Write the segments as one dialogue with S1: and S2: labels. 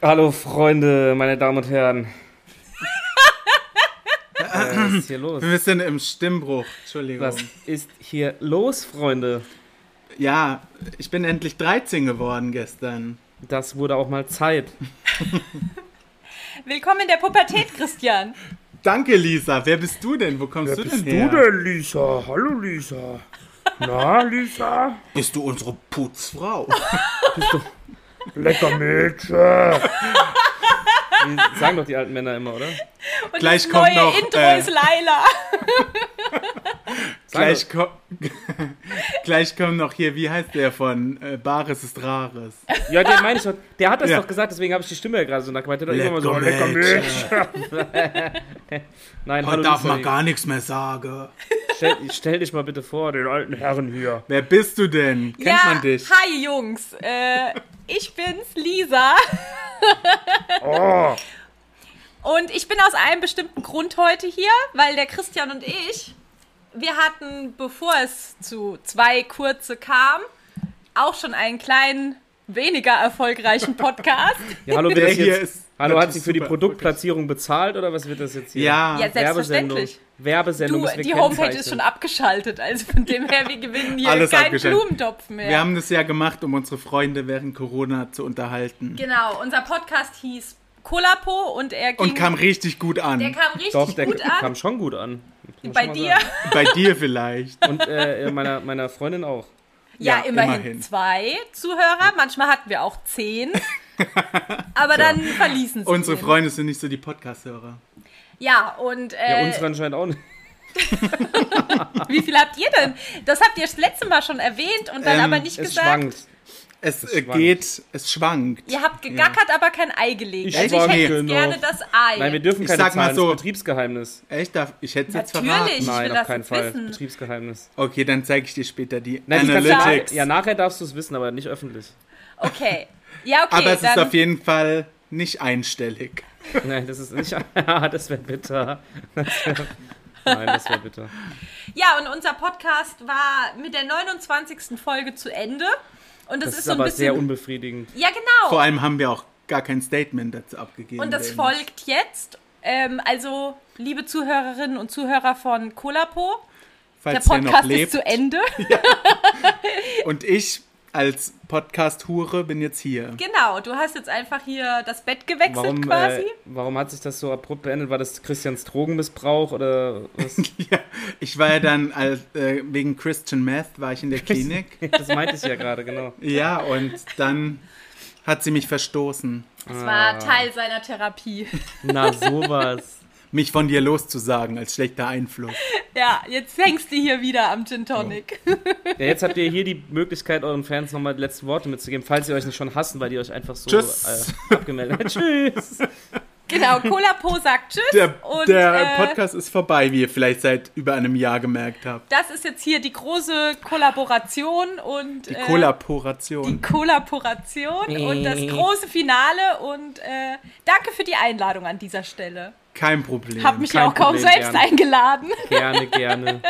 S1: Hallo Freunde, meine Damen und Herren.
S2: Äh,
S1: Was ist hier los?
S2: Wir sind im Stimmbruch, Entschuldigung.
S1: Was ist hier los, Freunde?
S2: Ja, ich bin endlich 13 geworden gestern.
S1: Das wurde auch mal Zeit.
S3: Willkommen in der Pubertät, Christian.
S2: Danke, Lisa. Wer bist du denn? Wo kommst
S4: Wer
S2: du
S4: bist
S2: denn her?
S4: du denn, Lisa? Hallo, Lisa. Na, Lisa?
S2: Bist du unsere Putzfrau?
S4: Lecker äh, Mädchen.
S1: Die sagen doch die alten Männer immer, oder? Sagen
S3: Und
S2: Gleich
S3: das
S2: kommt
S3: neue
S2: noch,
S3: Intro
S2: äh,
S3: ist Laila.
S2: Gleich,
S1: doch.
S2: ko Gleich kommen noch hier, wie heißt der von äh, Bares ist Rares?
S1: Ja, der meine ich doch. Der hat das
S2: Ja.
S1: doch gesagt, deswegen habe ich die Stimme ja gerade so nachgemacht. Der hat doch immer mal so.
S4: lecker
S1: Nein, hallo,
S2: Heute Oh, darf
S1: Lisa,
S2: man gar nichts mehr sagen.
S1: stell, stell dich mal bitte vor, den alten Herren hier.
S2: Wer bist du denn? Kennt
S3: ja,
S2: man dich?
S3: hi Jungs. Äh, ich bin's, Lisa.
S4: Oh,
S3: Und ich bin aus einem bestimmten Grund heute hier, weil der Christian und ich, wir hatten, bevor es zu zwei kurze kam, auch schon einen kleinen, weniger erfolgreichen Podcast.
S1: Ja, hallo, wird
S2: Der
S1: das
S2: hier
S1: jetzt,
S2: ist.
S1: hallo hat sie
S2: natürlich
S1: für die
S2: super
S1: Produktplatzierung bezahlt oder was wird das jetzt hier?
S2: Ja.
S3: Ja,
S1: Werbesendung.
S3: selbstverständlich.
S1: Werbesendung.
S3: Du,
S1: ist
S3: die Homepage ist
S1: gekennzeichnet.
S3: schon abgeschaltet, also von dem her, wir gewinnen hier
S2: Alles
S3: keinen
S2: abgeschaltet.
S3: Blumentopf mehr.
S2: Wir haben das ja gemacht, um unsere Freunde während Corona zu unterhalten.
S3: genau, unser Podcast hieß Kolapo und er ging,
S2: Und kam richtig gut
S3: der
S2: an.
S3: kam
S1: Hm.
S3: richtig
S1: Doch, der
S3: gut an.
S1: kam schon gut an. Muss man
S3: Bei
S1: schon mal
S3: dir?
S1: sagen.
S2: Bei dir vielleicht.
S1: Und äh, meiner, meiner Freundin auch.
S3: Ja,
S2: Ja,
S3: immerhin,
S2: immerhin.
S3: zwei Zuhörer. Manchmal hatten wir auch zehn. aber dann verließen sie
S2: Unsere
S3: ihn.
S2: Freunde sind nicht so die Podcast-Hörer.
S3: Ja, und
S1: Ja,
S3: äh,
S1: unsere anscheinend auch nicht.
S3: wie viel habt ihr denn? Das habt ihr das letzte Mal schon erwähnt und dann
S2: Ähm,
S3: aber nicht
S1: Es
S3: gesagt.
S1: schwankt.
S2: Es äh,
S1: schwankt.
S2: geht, es schwankt.
S3: Ihr habt gegackert, aber kein Ei gelegt.
S1: Ich
S3: Ich, also ich
S1: schwanke
S3: hätte jetzt
S1: noch.
S3: gerne das Ei.
S1: Nein, wir dürfen
S2: Ich
S1: keine
S2: sag mal
S1: Zahlen,
S2: so.
S1: das ist Betriebsgeheimnis.
S2: Echt? Darf- Ich hätte es jetzt
S3: Natürlich.
S2: verraten.
S3: will
S1: Nein, auf
S3: das
S1: keinen
S3: jetzt
S1: Fall.
S3: wissen.
S1: Betriebsgeheimnis.
S2: Okay, dann zeige ich dir später die
S1: Nein, die
S2: Analytics.
S1: kannst du, ja, nachher darfst du es wissen, aber nicht öffentlich.
S3: okay. Ja, okay,
S2: Aber es ist
S3: dann
S2: auf jeden Fall nicht einstellig.
S1: Nein, das ist nicht. Ah, das wäre bitter. Das wär, nein, das wäre bitter.
S3: Ja, und unser Podcast war mit der 29. Folge zu Ende. Und
S1: Das
S3: das, ist
S1: ist
S3: so ein
S1: aber
S3: bisschen.
S1: sehr unbefriedigend.
S3: ja, genau.
S2: Vor allem haben wir auch gar kein Statement dazu abgegeben.
S3: und das
S2: Denn-
S3: folgt jetzt. Ähm, also, liebe Zuhörerinnen und Zuhörer von Kolapo, der
S2: falls ihr noch
S3: Podcast ist
S2: lebt.
S3: zu Ende.
S2: Und ich als Podcast-Hure bin jetzt hier.
S3: Genau, du hast jetzt einfach hier das Bett gewechselt
S1: Warum,
S3: quasi.
S1: äh, warum hat sich das so abrupt beendet? War das Christians Drogenmissbrauch oder was?
S2: Ja, ich war ja dann als, äh, wegen Christian Meth war ich in der Klinik.
S1: Das meinte ich ja gerade, genau.
S2: Ja, und dann hat sie mich verstoßen,
S3: Das
S1: Ah.
S3: war Teil seiner Therapie.
S1: Na, sowas.
S2: mich von dir loszusagen als schlechter Einfluss.
S3: ja, jetzt hängst du hier wieder am Gin Tonic.
S1: Ja, jetzt habt ihr hier die Möglichkeit, euren Fans nochmal die letzten Worte mitzugeben, falls sie euch nicht schon hassen, weil die euch einfach so
S2: Tschüss.
S1: Äh, abgemeldet habt. Tschüss.
S3: genau, Kolapo sagt Tschüss.
S2: Der,
S3: und
S2: der
S3: äh,
S2: Podcast ist vorbei, wie ihr vielleicht seit über einem Jahr gemerkt habt.
S3: das ist jetzt hier die große Kollaboration und
S2: Die
S3: äh, die
S2: Kollaboration.
S3: Kollaboration und das große Finale und äh, danke für die Einladung an dieser Stelle.
S2: Hm, Kein Problem.
S3: Hab mich ja
S1: kein
S3: auch kaum
S1: Problem,
S3: selbst
S1: gerne.
S3: eingeladen.
S1: Gerne, gerne.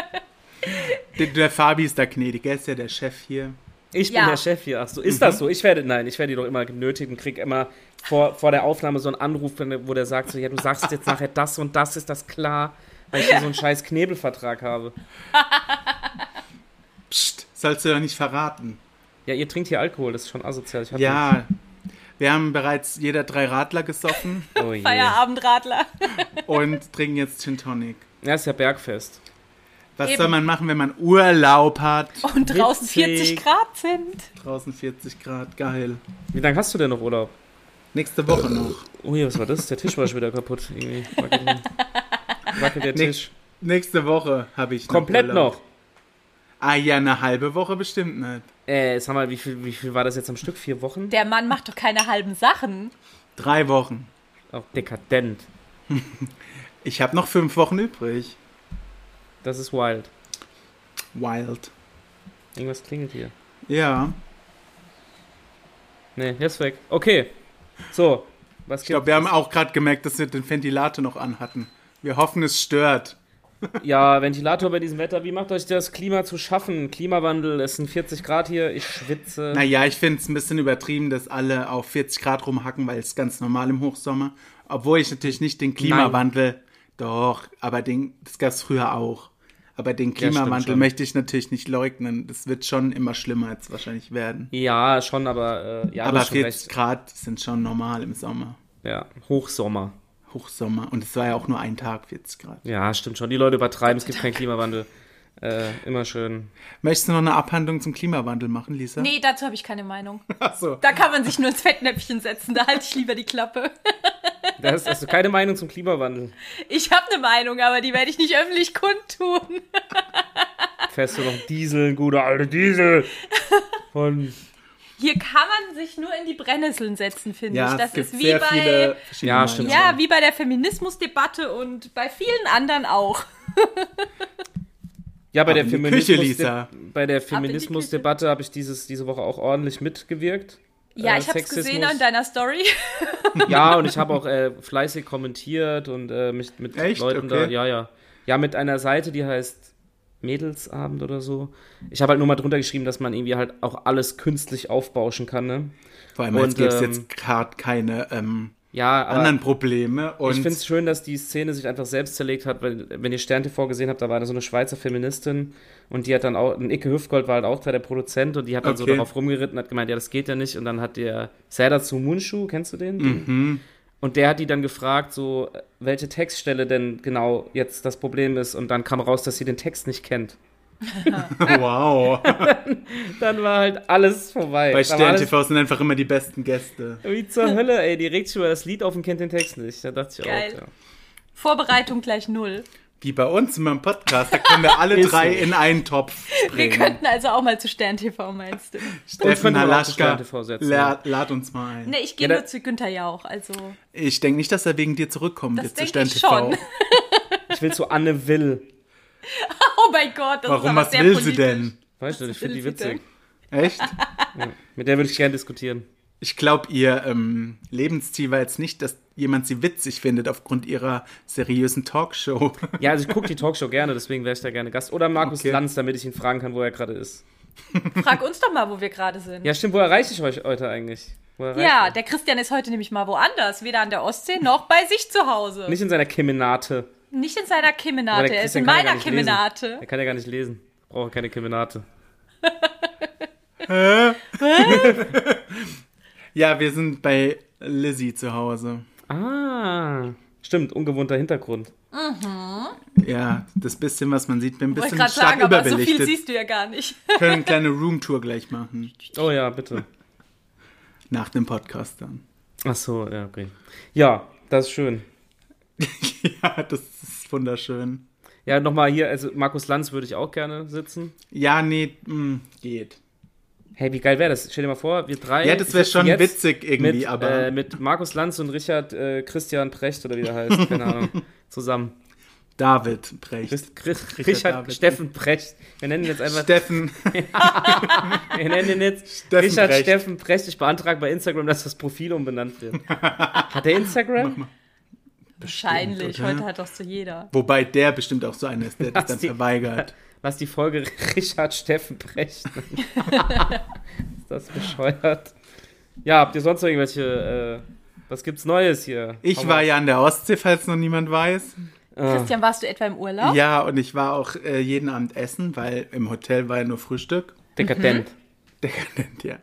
S2: Der, der Fabi ist da gnädig, er ist ja der Chef hier.
S1: Ich
S3: Ja.
S1: bin der Chef hier. Ach so, ist
S2: Mhm.
S1: das so? Ich werde, nein, ich werde die doch immer genötigt und krieg immer vor, vor der Aufnahme so einen Anruf, wenn- wo der sagt so, ja, du sagst jetzt nachher das und das, ist das klar? Weil ich hier so einen scheiß Knebelvertrag habe.
S2: Psst, sollst du doch nicht verraten.
S1: Ja, ihr trinkt hier Alkohol, das ist schon asozial. Ich hab
S2: Ja, wir haben bereits jeder drei Radler gesoffen
S1: nicht- Oh je. Ja,
S3: Feierabendradler.
S2: und trinken jetzt Gin Tonic.
S1: ist ja Bergfest.
S2: Was
S3: Eben.
S2: soll man machen, wenn man Urlaub hat?
S3: Und draußen
S1: Witzig.
S3: 40 Grad sind.
S2: Draußen 40 Grad, geil.
S1: Wie lange hast du denn noch Urlaub?
S2: Nächste Woche noch.
S1: Ui, was war das? Der Tisch war schon wieder kaputt. Irgendwie wackelt, wackelt der
S2: Nee,
S1: Tisch.
S2: Nächste Woche habe ich noch
S1: Komplett
S2: Urlaub.
S1: noch.
S2: Ah ja, eine halbe Woche bestimmt nicht.
S1: Äh, sag mal, wie viel, wie viel war das jetzt am Stück? Vier Wochen?
S3: Der Mann macht doch keine halben Sachen.
S2: Drei Wochen.
S1: Auch dekadent.
S2: Ich habe noch fünf Wochen übrig.
S1: Das ist wild.
S2: Wild.
S1: Irgendwas klingelt hier.
S2: Ja.
S1: Nee, der ist weg. Okay. So. Was
S2: Ich glaube, wir haben auch gerade gemerkt, dass wir den Ventilator noch anhatten. Wir hoffen, es stört.
S1: Ja, Ventilator bei diesem Wetter, wie macht euch das Klima zu schaffen? Klimawandel, es sind 40 Grad hier, ich schwitze.
S2: Naja, ich finde es ein bisschen übertrieben, dass alle auf 40 Grad rumhacken, weil es ganz normal im Hochsommer. Obwohl ich natürlich nicht den Klimawandel, doch, aber den, das gab es früher auch. Aber den
S1: stimmt
S2: Klimawandel
S1: schon.
S2: möchte ich natürlich nicht leugnen. Das wird schon immer schlimmer jetzt wahrscheinlich werden.
S1: Ja, schon, aber äh, ja, du
S2: aber
S1: hast schon
S2: 40
S1: recht.
S2: Grad sind schon normal im Sommer.
S1: Ja, Hochsommer.
S2: Hochsommer. Und es war ja auch nur ein Tag 40 Grad.
S1: Ja, stimmt schon. Die Leute übertreiben, es gibt keinen Klimawandel. Äh, immer schön.
S2: Möchtest du noch eine Abhandlung zum Klimawandel machen, Lisa?
S3: Nee, dazu habe ich keine Meinung.
S2: Ach so.
S3: Da kann man sich nur ins Fettnäpfchen setzen, da halte ich lieber die Klappe.
S1: Das, hast du keine Meinung zum Klimawandel?
S3: Ich habe eine Meinung, aber die werde ich nicht öffentlich kundtun.
S1: Fährst du noch Diesel, guter alte Diesel? Von,
S3: Hier kann man sich nur in die Brennnesseln setzen, finde
S2: Ja,
S3: ich.
S2: das
S3: Das
S2: es gibt
S3: ist wie
S2: sehr
S3: bei,
S2: viele verschiedene
S1: Ja, stimmt.
S3: ja, wie bei der Feminismusdebatte und bei vielen anderen auch.
S1: ja, bei
S2: Ab
S1: der,
S2: in die
S1: Feminismus
S2: Küche, Lisa.
S1: bei der
S3: Küche.
S1: Feminismusdebatte habe ich dieses, diese Woche auch ordentlich mitgewirkt.
S3: Ja,
S1: Äh,
S3: ich habe es gesehen
S1: Sexismus.
S3: an deiner Story.
S1: Ja, und ich habe auch äh, fleißig kommentiert und äh, mich mit
S2: Echt?
S1: Leuten da,
S2: Okay.
S1: ja, ja. Ja, mit einer Seite, die heißt Mädelsabend oder so. Ich habe halt nur mal drunter geschrieben, dass man irgendwie halt auch alles künstlich aufbauschen kann, ne?
S2: Vor allem,
S1: Und,
S2: es gibt
S1: ähm,
S2: jetzt gerade keine ähm,
S1: Ja, aber
S2: anderen Probleme. Und
S1: ich finde es schön, dass die Szene sich einfach selbst zerlegt hat, weil, wenn ihr Stern TV gesehen habt, da war eine so eine Schweizer Feministin und die hat dann auch, ein Icke Hüftgold war halt auch da der Produzent und die hat dann so
S2: Okay.
S1: darauf rumgeritten, hat gemeint, ja, das geht ja nicht und dann hat der Serdar zu Munshu, kennst du den?
S2: Mhm.
S1: Und der hat die dann gefragt, so, welche Textstelle denn genau jetzt das Problem ist und dann kam raus, dass sie den Text nicht kennt.
S2: wow.
S1: Dann war halt alles vorbei.
S2: Bei
S1: Dann war
S2: Stern
S1: alles-
S2: TV sind einfach immer die besten Gäste.
S1: Wie zur Hölle, ey, die regt sich über das Lied auf und kennt den Text nicht. Da dachte ich
S3: Geil.
S1: auch, ja.
S3: Vorbereitung gleich null.
S2: Wie bei uns in meinem Podcast, da können wir alle
S1: Ist
S2: drei
S1: so.
S2: in einen Topf
S3: Wir
S2: springen.
S3: könnten also auch mal zu Stern TV, meinst du?
S1: Uns
S2: Steffen
S1: könnte man auch zu
S2: Halaschka,
S1: Stern TV setzen, ja.
S2: lad, lad uns mal ein.
S3: Ne, ich gehe
S1: Ja, da-
S3: nur zu Günther Jauch, also
S2: Ich denke nicht, dass er wegen dir zurückkommt
S3: Das
S2: jetzt zu Stern
S3: denk ich
S2: TV.
S3: schon.
S1: Ich will zu Anne Will.
S3: Oh mein Gott, das ist
S2: Warum,
S3: aber
S2: was
S3: sehr
S2: will sie
S3: politisch.
S2: denn?
S1: Weißt du, ich finde die
S3: will sie
S1: witzig.
S2: Echt?
S1: Mit der würde ich gerne diskutieren.
S2: Ich glaube, ihr ähm, Lebensziel war jetzt nicht, dass jemand sie witzig findet aufgrund ihrer seriösen Talkshow.
S1: Ja, also ich gucke die Talkshow gerne, deswegen wäre ich da gerne Gast. Oder Markus
S2: Okay.
S1: Lanz, damit ich ihn fragen kann, wo er gerade ist.
S3: Frag uns doch mal, wo wir gerade sind.
S1: Ja, stimmt, wo erreiche ich euch heute eigentlich? Wo erreiche
S3: Ja,
S1: ich euch?
S3: der Christian ist heute nämlich mal woanders, weder an der Ostsee noch bei sich zu Hause. Nicht,
S1: Nicht in seiner Kemenate.
S3: in seiner
S1: Aber
S3: Kemenate,
S1: der
S3: er ist
S1: Christian
S3: in
S1: kann ja gar
S3: meiner
S1: nicht lesen.
S3: Kemenate.
S1: Er kann ja gar nicht lesen. Brauche keine Kemenate.
S2: ja, wir sind bei Lizzie zu Hause.
S1: Ah. Stimmt, ungewohnter Hintergrund.
S2: Ja, das bisschen, was man sieht, bin ein
S3: Wollte
S2: bisschen
S3: gerade
S2: stark
S3: sagen, aber so viel
S2: überbelichtet.
S3: siehst du ja gar nicht.
S2: Können eine kleine Roomtour gleich machen.
S1: Oh ja, bitte.
S2: Nach dem Podcast dann.
S1: Ach so, ja, okay. Ja, das ist schön.
S2: ja, das ist wunderschön.
S1: Ja, nochmal hier, also Markus Lanz würde ich auch gerne sitzen.
S2: Ja, nee, mm, geht.
S1: Hey, wie geil wäre das? Stell dir mal vor, wir drei.
S2: Ja, das wäre
S1: sitzen
S2: schon
S1: jetzt
S2: witzig irgendwie,
S1: mit,
S2: aber
S1: äh, mit Markus Lanz und Richard äh, Christian Precht oder wie der heißt, keine Ahnung, zusammen.
S2: David Brecht.
S1: Chris, Chris,
S2: Richard
S1: Richard
S2: David.
S1: Steffen Precht. Wir nennen ihn jetzt einfach.
S2: Steffen,
S1: wir nennen ihn jetzt
S2: Steffen
S1: Richard
S2: Precht.
S1: Steffen Precht. Ich beantrage bei Instagram, dass das Profil umbenannt wird. Hat er Instagram?
S3: Wahrscheinlich,
S2: oder?
S3: heute hat doch zu jeder.
S2: wobei der bestimmt auch so einer ist, der das
S1: Ach,
S2: dann
S1: die-
S2: verweigert.
S1: Lass die Folge Richard Steffen Precht. nennen. Ist das bescheuert? Ja, habt ihr sonst noch irgendwelche. Äh, was gibt's Neues hier?
S2: Ich war ja an der Ostsee, falls noch niemand weiß.
S1: Ah.
S3: Christian, warst du etwa im Urlaub?
S2: Ja, und ich war auch äh, jeden Abend essen, weil im Hotel war ja nur Frühstück.
S1: dekadent.
S2: Dekadent, ja.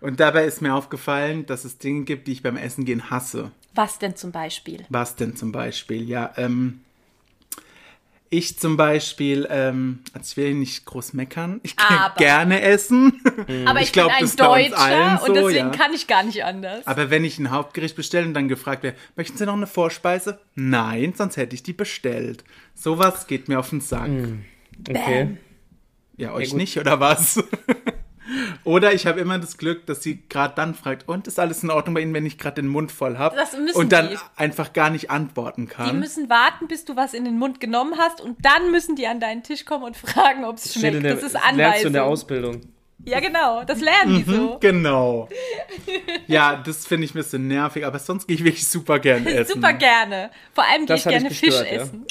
S2: Und dabei ist mir aufgefallen, dass es Dinge gibt, die ich beim Essen gehen hasse.
S3: Was denn zum Beispiel?
S2: Was denn zum Beispiel? Ja, ähm, ich zum Beispiel, ähm, also ich will nicht groß meckern. Ich gehe
S3: Aber-
S2: gerne essen.
S3: Aber ich,
S2: Hm. Ich glaub,
S3: bin ein
S2: das ist bei uns allen
S3: Deutscher und
S2: so,
S3: deswegen
S2: ja.
S3: kann ich gar nicht anders.
S2: Aber wenn ich ein Hauptgericht bestelle und dann gefragt werde, möchten Sie noch eine Vorspeise? Nein, sonst hätte ich die bestellt. Sowas geht mir auf den Sack.
S1: Okay.
S2: Ja, euch
S1: gut.
S2: nicht, oder was? oder ich habe immer das Glück, dass sie gerade dann fragt, und ist alles in Ordnung bei Ihnen, wenn ich gerade den Mund voll habe?
S3: Das müssen
S2: Und dann
S3: die.
S2: einfach gar nicht antworten
S3: Die
S2: kann.
S3: müssen warten, bis du was in den Mund genommen hast und dann müssen die an deinen Tisch kommen und fragen, ob es
S1: Steht
S3: schmeckt.
S1: in der,
S3: das ist
S1: Lernst du in der
S3: Anweisung.
S1: Ausbildung.
S3: Ja, genau. Das lernen die so.
S2: Genau. Ja, das finde ich ein bisschen nervig, aber sonst gehe ich wirklich super gern essen.
S3: Super gerne. Vor allem gehe
S1: Das
S3: ich
S1: hat dich
S3: gerne Fisch
S1: gestört, ja.
S3: essen.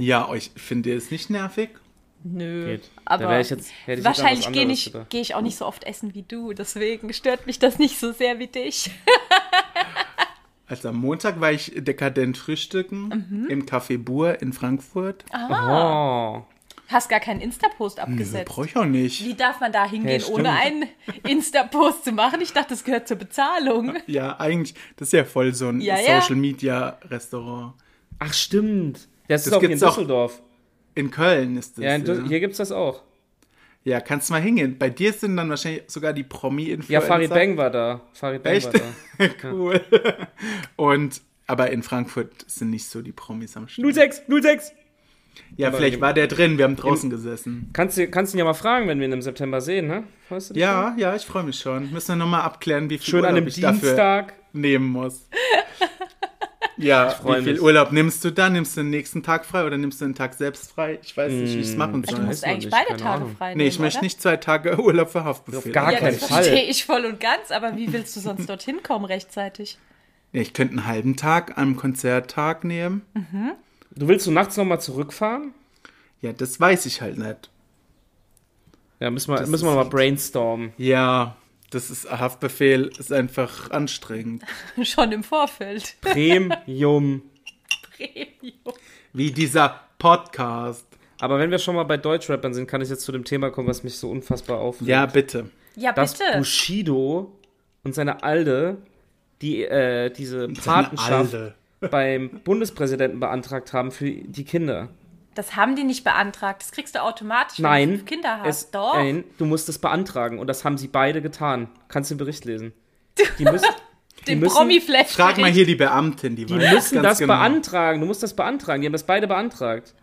S2: Ja, euch findet ihr es nicht nervig?
S3: Nö.
S1: Geht. Da
S3: Aber
S1: wär ich jetzt- hätte ich jetzt
S3: wahrscheinlich
S1: an was
S3: gehe
S1: anderes
S3: ich,
S1: gedacht.
S3: geh ich auch nicht so oft essen wie du. Deswegen stört mich das nicht so sehr wie dich.
S2: Also am Montag war ich dekadent frühstücken
S3: Mhm.
S2: im Café Bur in Frankfurt.
S3: Ah.
S1: Oh.
S3: Hast gar keinen Insta-Post
S2: Nö,
S3: abgesetzt.
S2: brauche ich auch nicht.
S3: Wie darf man da hingehen,
S1: Ja,
S3: ohne einen
S1: stimmt.
S3: Insta-Post zu machen? Ich dachte, das gehört zur Bezahlung.
S2: Ja, eigentlich, das ist ja voll so ein
S3: Ja, ja.
S2: Social Media Restaurant.
S1: Ach, stimmt. Das,
S2: Das
S1: ist auch hier in
S2: gibt's auch.
S1: Düsseldorf.
S2: In Köln ist das.
S1: Ja, in Dü
S2: ja.
S1: hier gibt's das auch.
S2: ja, kannst mal hingehen. Bei dir sind dann wahrscheinlich sogar die Promi-Influencer.
S1: Ja, Farid Bang war da. Farid Bang
S2: Echt?
S1: war da.
S2: cool. Und aber in Frankfurt sind nicht so die Promis am Start.
S1: 06, 06.
S2: Ja, vielleicht war der drin, wir haben draußen gesessen.
S1: Kannst du kannst ihn ja mal fragen, wenn wir ihn im September sehen, ne? Weißt du das schon?
S2: Ja, ja, ich freue mich schon. Müssen wir nochmal abklären, wie viel
S1: Schön an
S2: Urlaub
S1: einem
S2: ich dafür
S1: Dienstag.
S2: nehmen muss. Ja,
S1: freu
S2: wie viel
S1: mich.
S2: Urlaub nimmst du dann? Nimmst du den nächsten Tag frei oder nimmst du den Tag selbst frei? Ich weiß nicht, wie ich es machen
S3: Du
S2: soll.
S1: Hm. weiß
S3: musst
S1: man
S3: eigentlich
S1: nicht,
S3: beide
S1: keine
S3: Tage
S1: Ahnung.
S3: frei nehmen.
S2: Nee, ich möchte
S3: oder?
S2: nicht zwei Tage Urlaub für Haftbefehl.
S1: Auf gar
S3: Ja, das
S1: keinen
S3: verstehe
S1: Fall.
S3: ich voll und ganz, aber wie willst du sonst dorthin kommen rechtzeitig?
S2: Ja, ich könnte einen halben Tag, einen Konzerttag nehmen.
S1: Du willst du nachts nochmal zurückfahren?
S2: Ja, das weiß ich halt nicht.
S1: Ja, müssen wir,
S2: Das
S1: müssen wir
S2: ist
S1: mal
S2: echt-
S1: brainstormen.
S2: Ja, das ist Haftbefehl, ist einfach anstrengend.
S3: Schon im Vorfeld.
S1: Premium.
S3: Premium.
S2: Wie dieser Podcast.
S1: Aber wenn wir schon mal bei Deutschrappern sind, kann ich jetzt zu dem Thema kommen, was mich so unfassbar aufregt.
S2: Ja, bitte.
S3: Ja,
S1: dass
S3: bitte.
S1: Bushido und seine Alde, die äh, diese
S2: Seine
S1: Patenschaft
S2: Alde.
S1: beim Bundespräsidenten beantragt haben für die Kinder.
S3: Das haben die nicht beantragt. Das kriegst du automatisch, wenn du
S1: Nein,
S3: fünf Kinder hast.
S1: es,
S3: Doch.
S1: Nein, du musst es beantragen und das haben sie beide getan. Kannst den Bericht lesen. Die müssen,
S3: Den
S1: müssen-
S3: Promi-Flash.
S2: Frag mal hier die Beamtin, die,
S1: die
S2: weiß
S1: müssen
S2: ganz
S1: das
S2: genau.
S1: beantragen. Du musst das beantragen. Die haben das beide beantragt.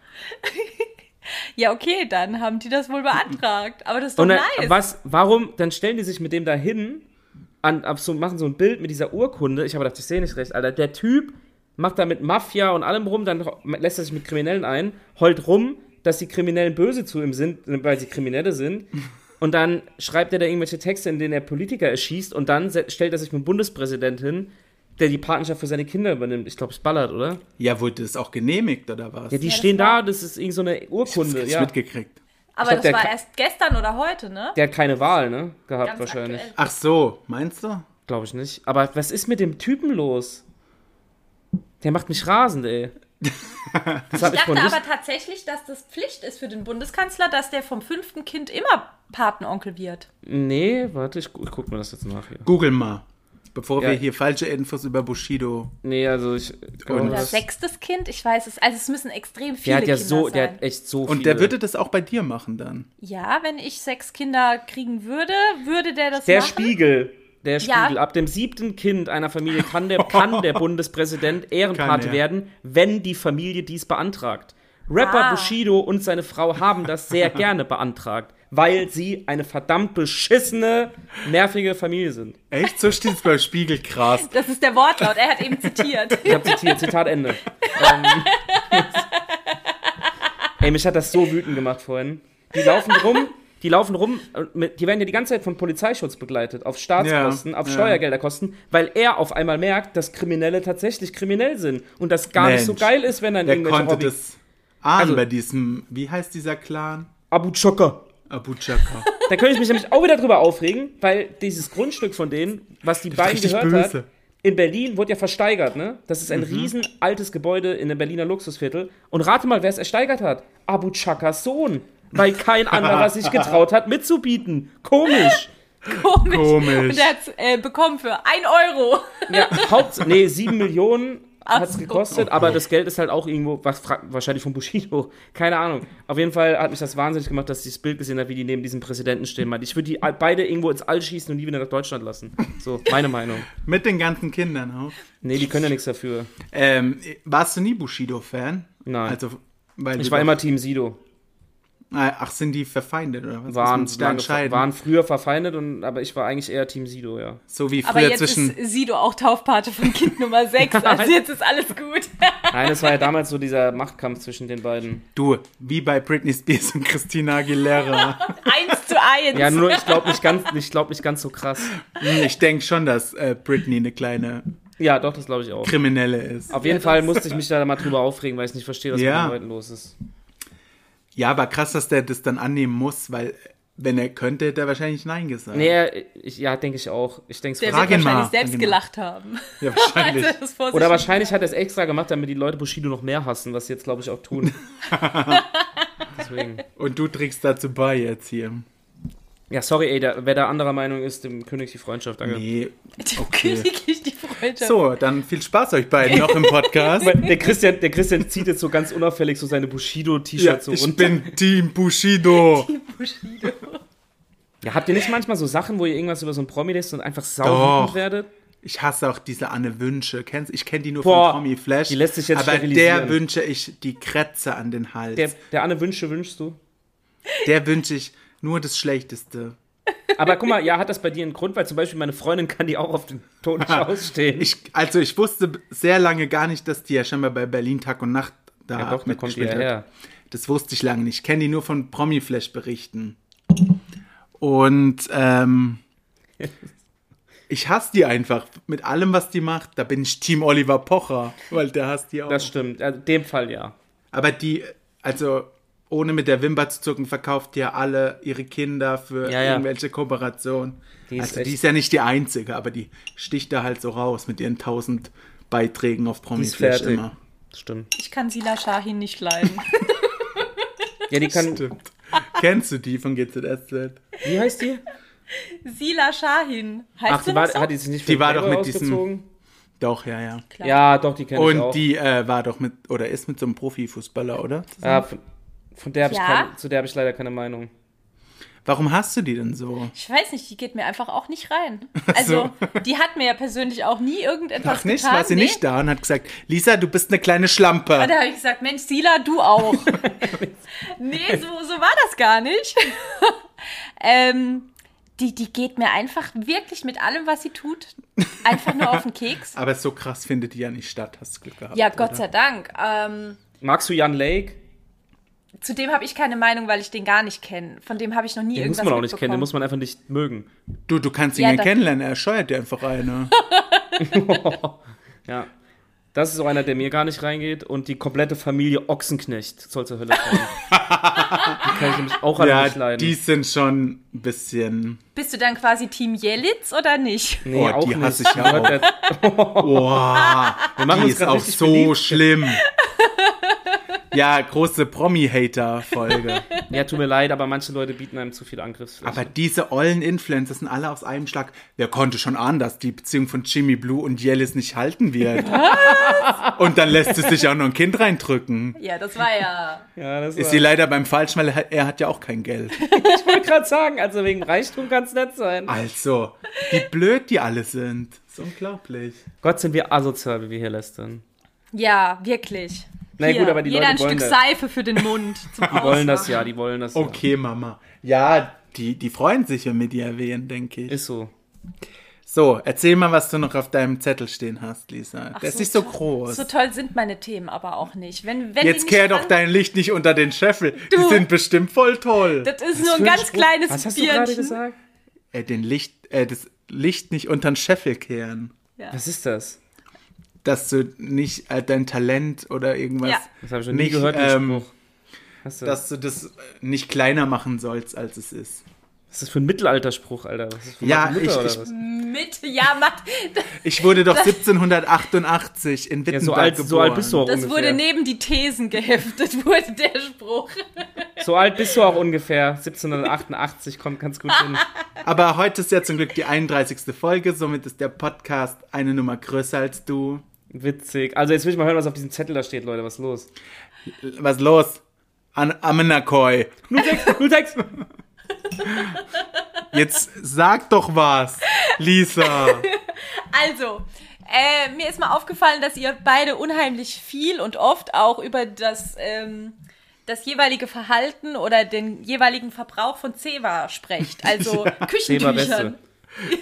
S3: Ja, okay, dann haben die das wohl beantragt. Aber das ist doch
S1: Und dann,
S3: nice.
S1: was, warum, dann stellen die sich mit dem dahin, an, ab so, machen so ein Bild mit dieser Urkunde. Ich habe gedacht, ich sehe nicht recht, Alter. Der Typ macht da mit Mafia und allem rum, dann ho- lässt er sich mit Kriminellen ein, heult rum, dass die Kriminellen böse zu ihm sind, weil sie Kriminelle sind. Und dann schreibt er da irgendwelche Texte, in denen er Politiker erschießt und dann se- stellt er sich mit dem Bundespräsident hin, der die Patenschaft für seine Kinder übernimmt. Ich glaube, es ballert, oder?
S2: Ja, wurde das auch genehmigt oder was?
S1: Ja, die
S3: das
S1: stehen
S3: war-
S1: da, das ist irgend so eine
S2: das
S1: Urkunde,
S2: hab ich
S1: ja.
S2: mitgekriegt.
S3: Aber
S1: ich glaub,
S3: das
S1: der
S3: war
S1: Ka-
S3: erst gestern oder heute, ne?
S1: Der hat keine Wahl, ne? Gehabt
S3: Ganz
S1: wahrscheinlich.
S3: aktuell.
S2: Ach so, meinst du?
S1: Glaube ich nicht. Aber was ist mit dem Typen los? Der macht mich rasend, ey. Das habe ich
S3: Ich
S1: von
S3: dachte
S1: nicht.
S3: aber tatsächlich, dass das Pflicht ist für den Bundeskanzler, dass der vom fünften Kind immer Patenonkel wird.
S1: Nee, warte, ich, gu- ich guck mir das jetzt nach hier.
S2: Google mal, bevor
S1: Ja.
S2: wir hier falsche Infos über Bushido.
S1: Nee, also ich.
S2: Und-
S1: Glaub,
S3: Oder
S1: das, der
S3: sechstes Kind, ich weiß es. Also es müssen extrem viele
S1: hat ja
S3: Kinder
S1: so,
S3: sein.
S1: der hat echt so
S2: Und
S1: viele.
S2: der würde das auch bei dir machen dann.
S3: ja, wenn ich sechs Kinder kriegen würde, würde der das
S1: der
S3: machen.
S1: Spiegel. Der
S3: Ja.
S1: Spiegel. Ab dem siebten Kind einer Familie kann der, kann der Bundespräsident
S2: Kann
S1: Ehrenpate
S2: er.
S1: werden, wenn die Familie dies beantragt. Rapper
S3: Ah.
S1: Bushido und seine Frau haben das sehr gerne beantragt, weil sie eine verdammt beschissene, nervige Familie sind.
S2: Echt? So steht es beim Spiegel krass.
S3: Das ist der Wortlaut, er hat eben zitiert.
S1: Ich habe zitiert, Zitat Ende. ähm, ey, mich hat das so wütend gemacht vorhin. Die laufen rum, die laufen rum, äh, mit- die werden ja die ganze Zeit von Polizeischutz begleitet, auf Staatskosten,
S2: Ja,
S1: auf
S2: ja.
S1: Steuergelderkosten, weil er auf einmal merkt, dass Kriminelle tatsächlich kriminell sind und das gar nicht so
S2: Mensch,
S1: geil ist, wenn dann
S2: Der
S1: irgendwelche
S2: konnte
S1: Hobby...
S2: das ahnen
S1: Also-
S2: bei diesem, wie heißt dieser Clan?
S1: Abu Chocker.
S2: Abu Chaka.
S1: Da könnte ich mich nämlich auch wieder drüber aufregen, weil dieses Grundstück von denen, was die beiden
S2: richtig
S1: gehört
S2: böse.
S1: hat,
S2: Mhm.
S1: in Berlin wurde ja versteigert, ne? Das ist ein riesen altes Gebäude in einem Berliner Luxusviertel. Und rate mal, wer es ersteigert hat. Abu Chakas Sohn. Weil kein anderer sich getraut hat, mitzubieten. Komisch.
S3: Komisch.
S2: Komisch.
S3: Und er hat es äh, bekommen für 1 Euro.
S1: Ja, Haupt nee, sieben Millionen hat es
S3: Ach,
S1: gekostet, aber das Geld ist halt auch irgendwo, was, fra- wahrscheinlich von Bushido. Keine Ahnung. Auf jeden Fall hat mich das wahnsinnig gemacht, dass ich das Bild gesehen habe, wie die neben diesem Präsidenten stehen. Meint, Ich würde die all- beide irgendwo ins All schießen und nie wieder nach Deutschland lassen. So, meine Meinung.
S2: Mit den ganzen Kindern auch.
S1: Nee, die können ja nichts dafür.
S2: Ähm, warst du nie Bushido-Fan?
S1: Nein.
S2: Also, weil
S1: Ich
S2: du
S1: war
S2: doch- Ah,
S1: immer Team Sido.
S2: Ach, sind die verfeindet oder was? Muss man
S1: Waren,
S2: sich da
S1: lange,
S2: entscheiden?
S1: waren früher verfeindet, und, aber ich war eigentlich eher Team Sido, ja.
S2: so wie
S3: Aber
S2: früher
S3: jetzt
S2: zwischen
S3: ist Sido auch Taufpate von Kind Nummer 6. Also jetzt ist alles gut.
S1: Nein, es war ja damals so dieser Machtkampf zwischen den beiden.
S2: Du, wie bei Britney Spears und Christina Aguilera.
S3: Eins zu eins.
S1: Ja, nur ich glaube nicht, ganz- ich glaub nicht ganz so krass.
S2: Hm, ich denke schon, dass äh, Britney eine kleine
S1: Ja, doch, das glaube ich auch.
S2: Kriminelle ist.
S1: Auf jeden Fall musste ich mich da mal drüber aufregen, weil ich nicht verstehe, was mit
S2: Ja.
S1: den Leuten los ist.
S2: Ja, aber krass, dass der das dann annehmen muss, weil wenn er könnte, hätte er wahrscheinlich Nein gesagt.
S1: Nee, ich, ja, denke ich auch. Ich denke
S3: Der
S1: es
S2: Frag
S3: wird
S2: ihn mal.
S3: wahrscheinlich selbst
S2: Frag ihn mal.
S3: gelacht haben.
S2: Ja, wahrscheinlich.
S3: Als er das vor sich
S1: Oder
S3: hin-
S1: wahrscheinlich hat er es extra gemacht, damit die Leute Bushido noch mehr hassen, was sie jetzt, glaube ich, auch tun. Deswegen.
S2: Und du trägst dazu bei jetzt hier.
S1: Ja, sorry, ey, da, wer da anderer Meinung ist, dem König die Freundschaft. Danke.
S2: Nee.
S3: Dem
S2: Okay.
S3: König ich die Freude.
S2: So, dann viel Spaß euch beiden noch im Podcast.
S1: Aber Der Christian, der Christian zieht jetzt so ganz unauffällig so seine Bushido-T-Shirts
S2: ja,
S1: so
S2: ich
S1: runter.
S2: bin Team Bushido.
S3: Bushido.
S1: Ja, habt ihr nicht manchmal so Sachen, wo ihr irgendwas über so einen Promi lest und einfach
S2: Doch.
S1: sauer werdet?
S2: Ich hasse auch diese Anne Wünsche. Kennst, ich kenne die nur
S1: Boah,
S2: von Tommy Flash.
S1: die lässt sich jetzt
S2: aber
S1: sterilisieren.
S2: der wünsche ich die Krätze an den Hals.
S1: Der,
S2: Der,
S1: der Anne Wünsche wünschst du?
S2: wünsche ich nur das Schlechteste.
S1: Aber guck mal, ja, hat das bei dir einen Grund, weil zum Beispiel meine Freundin kann die auch auf den toten Schaus stehen.
S2: Ich, also ich wusste sehr lange gar nicht, dass die ja scheinbar bei Berlin Tag und Nacht da
S1: ja, doch, da kommt die
S2: mitgespielt
S1: ja
S2: hat.
S1: her.
S2: Das wusste ich lange nicht. Ich kenne die nur von Promi-Flash-Berichten. Und ähm, ich hasse die einfach mit allem, was die macht. Da bin ich Team Oliver Pocher, weil der hasst die auch.
S1: Das stimmt. Also in dem Fall ja.
S2: Aber die, also ohne mit der Wimper zu zucken, verkauft die ja alle ihre Kinder für
S1: Ja, ja.
S2: irgendwelche Kooperationen.
S1: Die ist
S2: also
S1: echt-
S2: die ist ja nicht die einzige, aber die sticht da halt so raus mit ihren tausend Beiträgen auf Promi-Flash
S1: fertig.
S2: immer.
S1: Stimmt.
S3: Ich kann Sila Shahin nicht leiden.
S1: Ja, die kann.
S2: Stimmt. Kennst du die von GZSZ?
S1: Wie heißt die?
S3: Sila Shahin. Heißt
S1: Ach,
S3: sie
S1: die war,
S3: noch so?
S1: hat die sich nicht für
S2: Die war
S1: Playboy
S2: doch mit diesem-
S1: ausgezogen?
S2: Doch, ja, ja.
S3: Klar.
S1: Ja, doch, die kenne ich auch.
S2: Und die äh, war doch mit, oder ist mit so einem Profifußballer, oder?
S1: Ja, von, von der hab
S3: Ja.
S1: ich keine, zu der habe ich leider keine Meinung.
S2: Warum hast du die denn so?
S3: Ich weiß nicht, die geht mir einfach auch nicht rein. Also, die hat mir ja persönlich auch nie irgendetwas
S2: Ach nicht,
S3: getan.
S2: war sie
S3: nee.
S2: nicht da und hat gesagt, Lisa, du bist eine kleine
S3: Und
S2: Schlampe.
S3: da habe ich gesagt, Mensch, Sila, du auch. nee, so, so war das gar nicht. ähm, die, die geht mir einfach wirklich mit allem, was sie tut, einfach nur auf den Keks.
S2: Aber so krass findet die ja nicht statt, hast du Glück gehabt.
S3: Ja, Gott
S2: oder?
S3: sei Dank. Ähm,
S1: Magst du Jan Lake?
S3: zudem habe ich keine Meinung, weil ich den gar nicht kenne. Von dem habe ich noch nie
S1: Den muss
S3: irgendwas
S1: man auch nicht kennen, den
S3: mitbekommen.
S1: muss man einfach nicht mögen.
S2: Du, du kannst ihn
S3: Ja,
S2: ja,
S3: da-
S2: kennenlernen, er scheuert dir einfach eine.
S1: Ja. Das ist so einer, der mir gar nicht reingeht. Und die komplette Familie Ochsenknecht soll zur Hölle kommen. die kann ich nämlich auch alle
S2: ja,
S1: nicht leiden.
S2: die sind schon ein bisschen.
S3: Bist du dann quasi Team Jelitz oder nicht?
S1: nee,
S2: Oh,
S1: auch
S2: die
S1: nicht.
S2: hasse ich ja
S1: Die hört der-
S2: Boah,
S1: Wir machen
S2: die
S1: uns
S2: ist
S1: gerade
S2: auch
S1: richtig
S2: so
S1: beliebt.
S2: schlimm. Ja, große Promi-Hater-Folge.
S1: Ja, tut mir leid, aber manche Leute bieten einem zu viel Angriffsfläche.
S2: Aber diese ollen Influencer sind alle aus einem Schlag. Wer konnte schon ahnen, dass die Beziehung von Jimmy Blue und Jellis nicht halten wird? Und dann lässt es sich auch noch ein Kind reindrücken.
S3: Ja, das war ja.
S1: ja, das
S2: Ist
S1: war,
S2: sie leider beim Falschen, weil er er hat ja auch kein Geld.
S1: ich wollte gerade sagen, also wegen Reichtum kann es nett sein.
S2: Also, wie blöd die alle sind. Ist unglaublich.
S1: Gott, sind wir asozial, wie wir hier lästern.
S3: Ja, wirklich.
S1: Na gut, aber die
S3: jeder
S1: Leute
S3: ein
S1: wollen
S3: Stück
S1: das.
S3: Seife für den Mund. Zum
S1: Die wollen das ja, die wollen das
S2: Okay, Mama. Ja, die, die freuen sich, wenn wir die erwähnen, denke
S1: ja.
S2: ich.
S1: Ist so.
S2: So, erzähl mal, was du noch auf deinem Zettel stehen hast, Lisa. Der ist
S3: so
S2: nicht so
S3: toll.
S2: groß.
S3: So toll sind meine Themen aber auch nicht. Wenn, wenn
S2: Jetzt
S3: die nicht
S2: kehr doch
S3: an-
S2: dein Licht nicht unter den Scheffel. Die sind bestimmt voll toll.
S3: Das ist nur ein ganz kleines
S1: Was hast du gerade
S3: Bierchen.
S1: gesagt?
S2: Äh, den Licht, äh, das Licht nicht unter den Scheffel kehren.
S1: Was ist das?
S2: Dass du nicht äh, dein Talent oder irgendwas.
S3: Ja.
S1: Das habe ich noch nie
S2: Nicht,
S1: gehört, den
S2: ähm,
S1: Spruch. Was ist das?
S2: Dass du das äh, nicht kleiner machen sollst, als es ist.
S1: Was ist das für ein Mittelalterspruch, Alter? Was ist das für
S2: Ja,
S1: Martin
S2: ich-
S1: Luther
S2: ich-
S1: oder was?
S3: Mit, ja, Matt, das,
S2: Ich wurde doch 1788 in Wittenberg
S1: Ja, so alt,
S2: geboren.
S1: so alt bist du auch
S3: das
S1: ungefähr.
S3: wurde neben die Thesen geheftet, wurde der Spruch.
S1: So alt bist du auch ungefähr. 1788 kommt ganz gut hin.
S2: Aber heute ist ja zum Glück die 31. Folge, somit ist der Podcast eine Nummer größer als du.
S1: Witzig. Also jetzt will ich mal hören, was auf diesem Zettel da steht, Leute. Was ist los?
S2: Was los? An Amenakoi.
S1: 06, 06.
S2: Jetzt sag doch was, Lisa.
S3: Also, äh, mir ist mal aufgefallen, dass ihr beide unheimlich viel und oft auch über das, ähm, das jeweilige Verhalten oder den jeweiligen Verbrauch von Zewa sprecht. Also
S1: Thema
S3: Küchentüchern.
S1: Beste.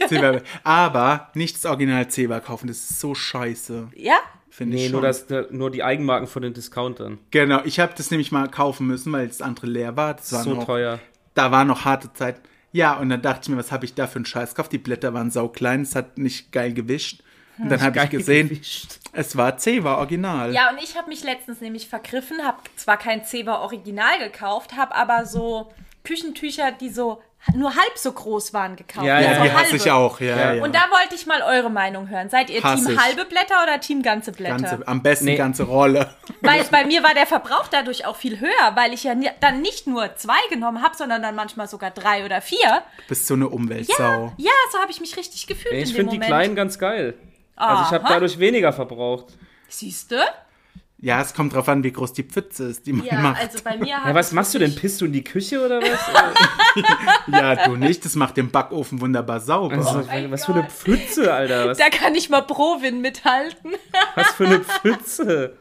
S2: Zebra. Aber nicht das Original Zebra kaufen, das ist so scheiße.
S3: Ja?
S2: Finde ich
S1: Nee,
S2: schon.
S1: nur, das, nur die Eigenmarken von den Discountern.
S2: genau, ich habe das nämlich mal kaufen müssen, weil das andere leer war. Das war
S1: So
S2: noch,
S1: teuer.
S2: Da war noch harte Zeit. Ja, und dann dachte ich mir, was habe ich da für einen Scheiß gekauft? Die Blätter waren sauklein, es hat nicht geil gewischt. Und dann habe ich
S1: Hm, Geil
S2: gesehen,
S1: gewischt.
S2: es war C, war original.
S3: Ja, und ich habe mich letztens nämlich vergriffen, habe zwar kein Zebra Original gekauft, habe aber so Küchentücher, die so nur halb so groß waren, gekauft.
S1: Ja,
S2: Ja,
S1: Also
S2: die hasse ich
S3: halbe.
S2: auch. Ja, ja.
S1: Ja.
S3: Und da wollte ich mal eure Meinung hören. Seid ihr
S2: Hass
S3: Team
S2: ich.
S3: halbe Blätter oder Team ganze Blätter?
S2: ganze, am besten
S1: Nee.
S2: ganze Rolle.
S3: Weil bei mir war der Verbrauch dadurch auch viel höher, weil ich ja ni- dann nicht nur zwei genommen habe, sondern dann manchmal sogar drei oder vier.
S2: Du bist so eine Umweltsau.
S3: Ja, ja so habe ich mich richtig gefühlt
S1: Nee, ich
S3: in dem
S1: finde die
S3: Moment.
S1: kleinen ganz geil. Also ich habe
S3: Aha.
S1: dadurch weniger verbraucht.
S3: Siehst du?
S2: Ja. es kommt drauf an, wie groß die Pfütze ist, die man
S3: Ja,
S2: macht.
S3: also bei mir
S1: Ja,
S3: hat
S1: was
S3: es
S1: machst du denn?
S3: wirklich-
S1: Pissst du in die Küche oder was?
S2: Ja, du nicht. Das macht den Backofen wunderbar sauber.
S1: Also,
S3: Oh mein
S1: was für eine
S3: Gott.
S1: Pfütze, Alter. Was,
S3: Da kann ich mal Provin mithalten.
S1: was für eine Pfütze.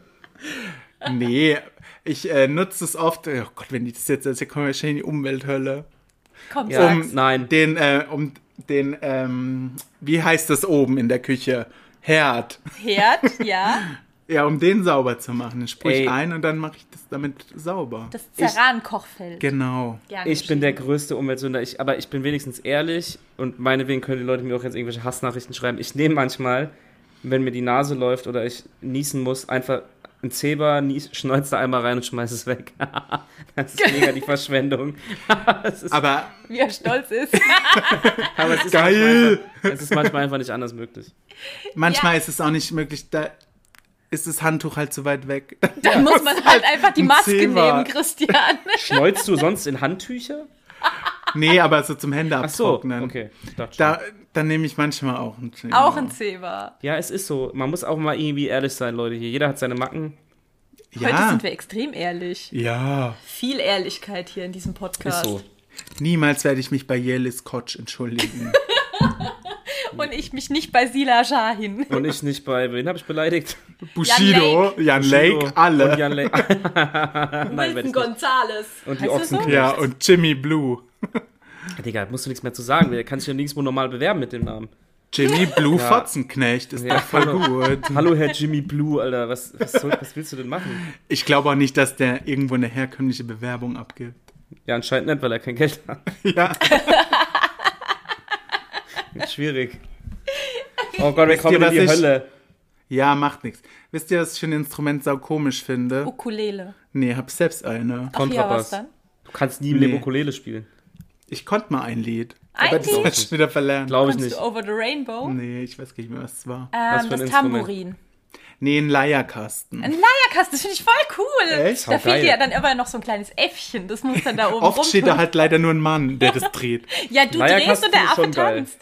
S2: Nee, ich äh, nutze es oft. Oh Gott, wenn ich das jetzt erzähle, kommen wir schon in die Umwelthölle.
S3: Komm,
S1: Ja.
S3: sag's.
S1: Um- Nein.
S2: Den, äh, um den, ähm, wie heißt das oben in der Küche? Herd.
S3: Herd, ja.
S2: Ja, um den sauber zu machen. Dann sprühe
S1: Ey.
S2: ich ein und dann mache ich das damit sauber.
S3: Das Zeran-Kochfeld.
S2: genau.
S3: Gerne
S1: Ich bin der größte Umweltsünder. Ich, aber ich bin wenigstens ehrlich und meinetwegen können die Leute mir auch jetzt irgendwelche Hassnachrichten schreiben. Ich nehme manchmal, wenn mir die Nase läuft oder ich niesen muss, einfach ein Zebra, nies, schneuze da einmal rein und schmeiß es weg. das ist mega die Verschwendung. das ist,
S2: Aber
S3: geschrieben, Wie er stolz ist.
S1: aber es ist
S2: geil!
S1: manchmal- Es ist manchmal einfach nicht anders möglich.
S2: Manchmal ist es auch nicht möglich, da ist das Handtuch halt zu weit weg.
S3: Dann muss man halt einfach die
S2: ein
S3: Maske
S2: Zebra.
S3: nehmen, Christian.
S1: Schneuzt du sonst in Handtücher?
S2: nee, aber so zum Hände
S1: Ach so,
S2: abtrocknen.
S1: okay. Ich dachte schon.
S2: Da, dann nehme ich manchmal auch einen Tee.
S3: Auch ein Zebra.
S1: Ja, es ist so. Man muss auch mal irgendwie ehrlich sein, Leute. Hier, jeder hat seine Macken.
S3: Heute
S2: Ja.
S3: sind wir extrem ehrlich.
S2: Ja.
S3: Viel Ehrlichkeit hier in diesem
S1: Ist
S3: Podcast.
S1: so.
S2: Niemals werde ich mich bei Yelis Kotsch entschuldigen.
S3: Und ich mich nicht bei Sila Shahin.
S1: Und ich nicht bei. Wen habe ich beleidigt?
S2: Bushido, Jan Lake,
S1: Bushido
S2: alle.
S1: Und Jan Lake. Nein, werd
S3: Wilson
S1: ich nicht.
S3: Gonzales.
S1: Und die
S3: Heißt das
S1: Ochsen-
S2: ja, und Jimmy Blue.
S1: Digga, musst du nichts mehr zu sagen. Der kann sich ja nirgendwo normal bewerben mit dem Namen.
S2: Jimmy Blue Fotzenknecht ist doch voll gut.
S1: Hallo, Herr Jimmy Blue, Alter. Was, was, soll, was willst du denn machen?
S2: Ich glaube auch nicht, dass der irgendwo eine herkömmliche Bewerbung abgibt.
S1: Ja, anscheinend nicht, weil er kein Geld hat.
S2: Ja,
S1: Wird schwierig. Oh Gott, wir kommen in
S2: ihr, was
S1: die
S2: ich-
S1: Hölle.
S2: ja macht nichts. Wisst ihr, was ich für ein Instrument sau komisch
S3: so?
S2: finde?
S3: Ukulele.
S2: Nee, hab selbst eine.
S3: Ach ja, was
S1: Kontrabass.
S3: dann?
S1: Du kannst nie mit
S2: Nee.
S1: dem Ukulele spielen.
S2: Ich konnte mal ein Lied.
S3: Ein
S2: aber das
S3: Lied?
S2: hab ich schon wieder verlernt.
S1: Glaube ich
S3: Kannst
S1: nicht.
S3: du Over the Rainbow?
S2: Nee, ich weiß gar nicht mehr, was es war.
S1: Was für
S3: Ähm,
S1: ein
S3: das
S1: Instrument?
S3: Tambourin.
S2: Nee, ein Leierkasten.
S3: Ein Leierkasten, das finde ich voll cool.
S2: Echt?
S3: Da fehlt
S1: Saugeil.
S3: dir ja dann immer noch so ein kleines Äffchen. Das muss dann da oben
S2: Oft steht da
S3: rumtun.
S2: halt leider nur ein Mann, der das dreht.
S3: Ja, du drehst
S1: Leierkasten
S3: und der
S1: ist
S3: Affe
S1: schon geil.
S3: tanzt.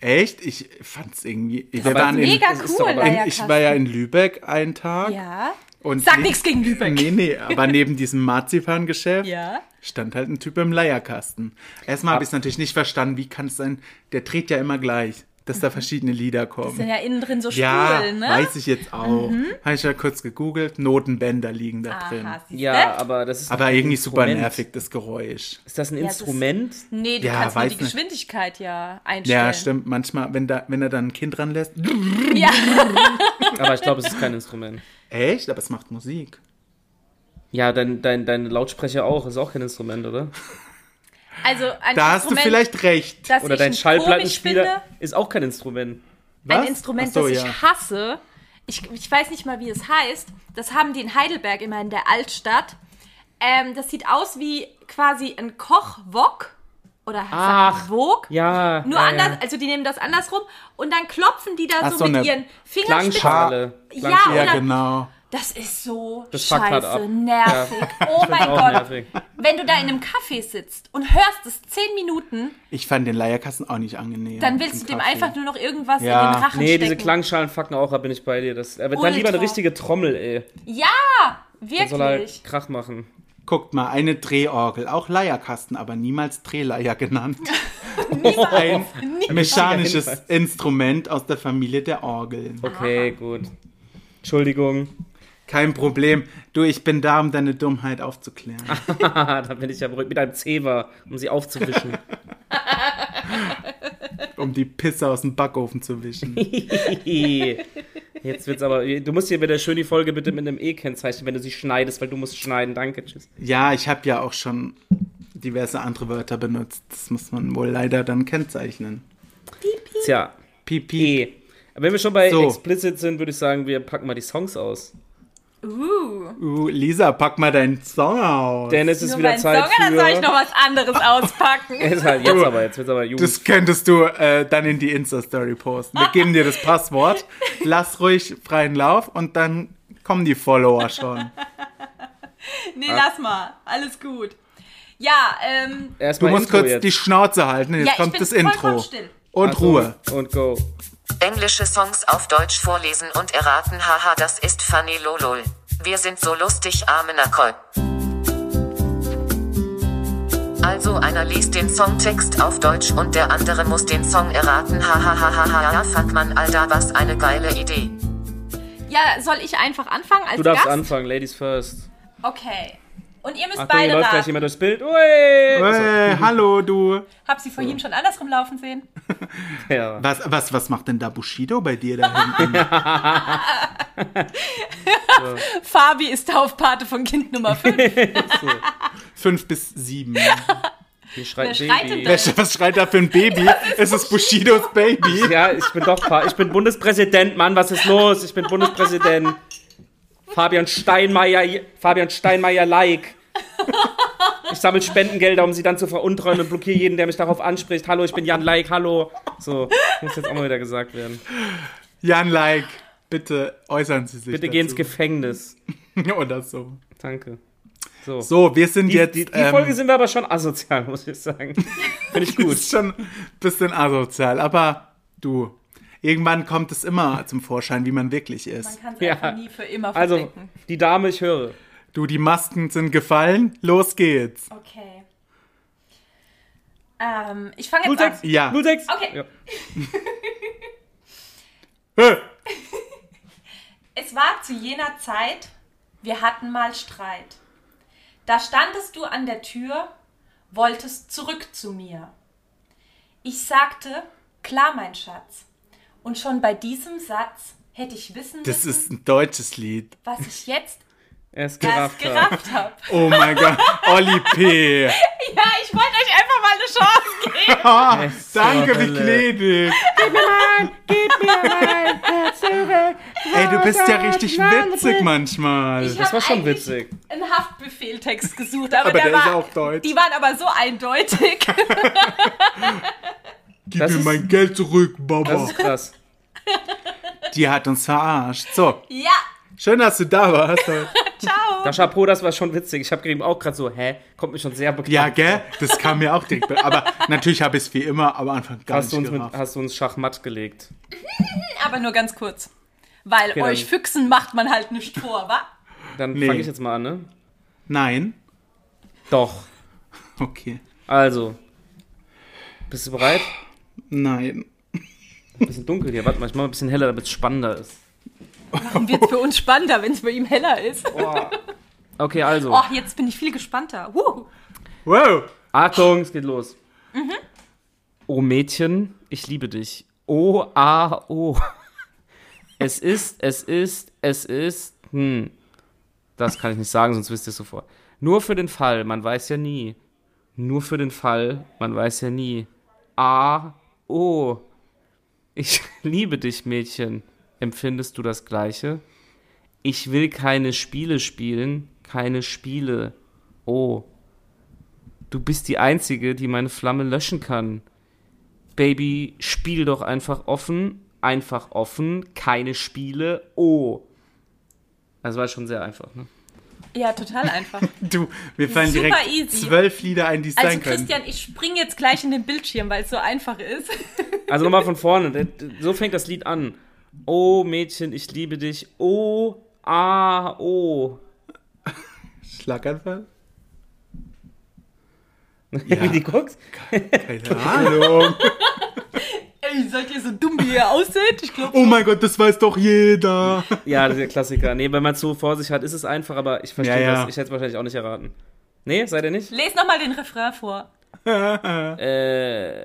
S2: Echt? Ich fand's irgendwie. Wir
S1: Aber
S2: waren in,
S3: Mega
S1: Das ist
S3: cool,
S1: doch aber-
S2: in, ich war ja
S3: Leierkasten.
S2: in Lübeck einen Tag.
S3: Ja.
S2: Und
S3: Sag
S2: ne-
S3: nichts gegen Lübeck.
S2: Nee, nee, aber neben diesem Marzipangeschäft
S3: Ja.
S2: stand halt ein Typ im Leierkasten. Erstmal habe ich es natürlich nicht verstanden, wie kann es sein, der dreht ja immer gleich, dass da verschiedene Lieder
S3: Sind
S2: kommen.
S3: Mhm. ja innen drin so
S2: Ja,
S3: Spulen, ne? Mhm.
S2: weiß ich jetzt auch. Habe ich ja kurz gegoogelt, Notenbänder liegen da drin.
S3: Aha, siehst
S1: Ja,
S3: du?
S1: aber das ist.
S2: Aber
S1: ein
S2: irgendwie super
S1: Instrument.
S2: nervig, das Geräusch.
S1: Ist das ein
S3: das ist-
S1: Instrument?
S3: Nee, du
S2: Ja,
S3: kannst nur
S2: weiß
S3: die
S2: nicht.
S3: Geschwindigkeit ja einstellen.
S2: Ja, stimmt. Manchmal, wenn, da, wenn er dann ein Kind ranlässt.
S3: Ja.
S1: Aber ich glaube, es ist kein Instrument.
S2: Echt? Aber es macht Musik.
S1: Ja, dein, dein, dein Lautsprecher auch, ist auch kein Instrument, oder?
S3: Also ein
S2: Da hast du
S3: Instrument,
S2: vielleicht recht.
S3: das
S1: Oder
S3: ich
S1: dein
S3: komisch
S1: Schallplattenspieler
S3: finde,
S1: ist auch kein Instrument.
S3: ein
S2: Was?
S3: Instrument,
S2: Ach so,
S3: das
S2: ja.
S3: ich hasse. Ich, ich weiß nicht mal, wie es heißt. Das haben die in Heidelberg immer in der Altstadt. Ähm, das sieht aus wie quasi ein Kochwok oder
S1: Ach,
S3: Wok.
S1: Ja.
S3: Nur
S1: ja,
S3: anders,
S1: ja.
S3: also die nehmen das andersrum und dann klopfen die da
S2: Ach,
S3: so,
S2: so
S3: mit
S2: eine
S3: ihren Fingerspitzen.
S1: Klangschale.
S3: Ja, oh
S1: Klangschale.
S3: oder-
S2: Ja, genau.
S3: Das ist so
S1: Das fuckt halt ab.
S3: scheiße, nervig. Oh mein
S1: auch
S3: Gott.
S1: nervig.
S3: Wenn du da in einem Café sitzt und hörst es zehn Minuten,
S2: Ich fand den Leierkasten auch nicht angenehm.
S3: dann willst du dem
S2: Kaffee.
S3: einfach nur noch irgendwas
S2: Ja.
S3: in den Rachen
S1: Nee,
S3: stecken.
S1: diese Klangschalen fucken auch, da bin ich bei dir. Das, aber dann
S3: Ultra.
S1: lieber eine richtige Trommel, ey.
S3: Ja,
S1: Dann soll er
S3: wirklich.
S1: Krach machen.
S2: Guckt mal, eine Drehorgel, auch Leierkasten, aber niemals Drehleier genannt. Ein mechanisches Instrument aus der Familie der Orgeln.
S1: Okay, gut. Entschuldigung.
S2: Kein Problem. Du, ich bin da, um deine Dummheit aufzuklären.
S1: Haha, da bin ich ja beruhigt. Mit einem Zewa, um sie aufzuwischen.
S2: Um die Pisse aus dem Backofen zu wischen.
S1: Jetzt wird's aber. Du musst hier wieder schön die Folge bitte mit einem E kennzeichnen, wenn du sie schneidest, weil du musst schneiden. Danke, tschüss.
S2: Ja, ich habe ja auch schon diverse andere Wörter benutzt. Das muss man wohl leider dann kennzeichnen.
S1: Tja.
S2: Pipi.
S1: E. Wenn wir schon bei
S2: So.
S1: Explicit sind, würde ich sagen, wir packen mal die Songs aus. halt-
S3: Uh.
S2: Uh, Lisa, pack mal deinen Song aus.
S1: Denn es ist
S3: Nur
S1: wieder
S3: mein
S1: Zeit
S3: Song, dann soll ich noch
S1: für...
S3: was anderes auspacken.
S1: Jetzt halt, jetzt aber, jetzt wird's aber Jugend.
S2: Das könntest du äh, dann in die Insta-Story posten. Wir geben dir das Passwort. Lass ruhig freien Lauf und dann kommen die Follower schon.
S3: Nee, lass mal. Alles gut. Ja, ähm.
S2: Du
S1: Erstmal
S2: musst
S1: Intro
S2: kurz
S1: jetzt.
S2: die Schnauze halten. Jetzt
S3: Ja, ich
S2: kommt
S3: bin
S2: das
S3: vollkommen
S2: Intro.
S3: still.
S2: Und
S1: Also,
S2: Ruhe.
S1: Und go.
S5: Englische Songs auf Deutsch vorlesen und erraten. Haha, das ist funny lolol. Wir sind so lustig, arme Nacol. Also einer liest den Songtext auf Deutsch und der andere muss den Song erraten. Hahaha, fuck man, Alter, was eine geile Idee.
S3: Ja, soll ich einfach anfangen als
S1: Du darfst
S3: Gast?
S1: anfangen, Ladies first.
S3: Okay. Und ihr müsst
S1: Achtung, hier
S3: beide
S1: läuft gleich
S3: raten.
S1: jemand durchs Bild. Ui!
S2: Hey, hallo, du.
S3: Hab sie vorhin schon andersrum laufen sehen.
S1: Ja.
S2: Was, was, was macht denn da Bushido bei dir da hinten?
S3: Fabi ist Taufpate von Kind Nummer 5.
S2: Fünf bis sieben.
S1: Wie schreit
S3: Wer schreit denn
S1: Baby?
S3: da?
S2: Wer sch- Was schreit da für ein Baby? Es ist Bushidos Baby.
S1: Ja, ich bin doch Fa Ich bin Bundespräsident, Mann, was ist los? Ich bin Bundespräsident. Fabian Steinmeier, Fabian Steinmeier like. Ich sammle Spendengelder, um sie dann zu veruntreuen und blockiere jeden, der mich darauf anspricht. Hallo, ich bin Jan Like, hallo. So, muss jetzt auch mal wieder gesagt werden.
S2: Jan Like, bitte äußern Sie sich.
S1: Bitte geh ins
S2: dazu.
S1: Gefängnis.
S2: Oder so.
S1: Danke. So.
S2: So, wir sind
S1: die,
S2: jetzt.
S1: die, die
S2: ähm,
S1: Folge sind wir aber schon asozial, muss ich sagen. Finde ich gut.
S2: ist schon ein bisschen asozial, aber du. Irgendwann kommt es immer zum Vorschein, wie man wirklich ist.
S3: Man kann es
S1: Ja.
S3: einfach nie für immer
S1: Also,
S3: verstecken.
S1: die Dame, ich höre.
S2: Du, die Masken sind gefallen. Los geht's.
S3: okay. Ähm, ich fange jetzt an.
S1: 06?
S2: Ja.
S1: 06?
S3: Okay.
S1: Ja.
S2: Hä?
S3: Es war zu jener Zeit, wir hatten mal Streit. Da standest du an der Tür, wolltest zurück zu mir. Ich sagte, klar, mein Schatz. Und schon bei diesem Satz hätte ich wissen
S2: Das
S3: müssen,
S2: ist ein deutsches Lied.
S3: was ich jetzt
S1: Er ist
S3: erst
S1: gerafft. ja.
S3: gerafft habe.
S2: Oh mein Gott. Olli P.
S3: Ja, ich wollte euch einfach mal eine Chance geben.
S2: Ah, danke, wie
S1: Hölle.
S2: gnädig. Ey, du bist ja richtig witzig manchmal.
S3: Ich
S1: Das
S3: hab
S1: war schon
S3: eigentlich
S1: witzig.
S3: Einen Haftbefehltext gesucht, aber,
S2: Aber
S3: der,
S2: der ist
S3: war,
S2: auch deutsch.
S3: Die waren aber so eindeutig.
S2: Gib
S1: das
S2: mir
S1: ist-
S2: mein Geld zurück,
S1: Das
S2: Baba.
S1: ist krass.
S2: Die hat uns verarscht. So,
S3: ja,
S2: schön, dass du da warst. heute.
S3: ciao.
S1: Da Chapeau, das war schon witzig. Ich habe eben auch gerade so, hä? Kommt mir schon sehr bekannt.
S2: Ja, gell? Das kam mir auch direkt. be- Aber natürlich habe ich es wie immer am Anfang gar
S1: Hast du,
S2: nicht
S1: uns mit,
S2: gerafft.
S1: hast du uns Schachmatt gelegt?
S3: Aber nur ganz kurz. Weil
S1: Okay,
S3: euch
S1: dann-
S3: Füchsen macht man halt nicht vor, wa?
S1: Dann
S2: Nee.
S1: fange ich jetzt mal an, ne?
S2: Nein?
S1: Doch.
S2: Okay.
S1: Also. Bist du bereit?
S2: Nein.
S1: Ein bisschen dunkel hier. Warte mal, ich mach mal ein bisschen heller, damit es spannender ist.
S3: Dann wird's für uns spannender, wenn es bei ihm heller ist. Oh,
S1: Okay, also.
S3: jetzt bin ich viel gespannter. Huh.
S2: Wow.
S1: Achtung, es geht los. Oh Mädchen, ich liebe dich. O A O. Es ist, es ist, es ist. Hm. Das kann ich nicht sagen, sonst wisst ihr es sofort. Nur für den Fall, man weiß ja nie. Nur für den Fall, man weiß ja nie. A O. Ich liebe dich, Mädchen. Empfindest du das Gleiche? Ich will keine Spiele spielen, keine Spiele. Oh. Du bist die Einzige, die meine Flamme löschen kann. Baby, spiel doch einfach offen. Einfach offen, keine Spiele. Oh. Das war schon sehr einfach, ne?
S3: Ja, total einfach. Also,
S2: Du, wir fallen
S3: Super
S2: direkt
S3: easy.
S2: zwölf Lieder ein, die es
S3: Also
S2: sein können.
S3: Christian, ich spring jetzt gleich in den Bildschirm, weil es so einfach ist.
S1: Also nochmal von vorne. So fängt das Lied an. Oh, Mädchen, ich liebe dich. Oh, ah, oh.
S2: Schlaganfall?
S1: Wie die guckst?
S2: Keine Ahnung.
S3: Ey, seid ihr so dumm, wie ihr ausseht? Ich glaube,
S2: Oh mein Gott, das weiß doch jeder.
S1: Ja, das ist der Klassiker. Nee, wenn man es so vor sich hat, ist es einfach, aber ich verstehe
S2: Ja, ja.
S1: das. Ich hätte es wahrscheinlich auch nicht erraten. Nee, seid ihr nicht?
S3: lest nochmal den Refrain vor.
S1: Äh,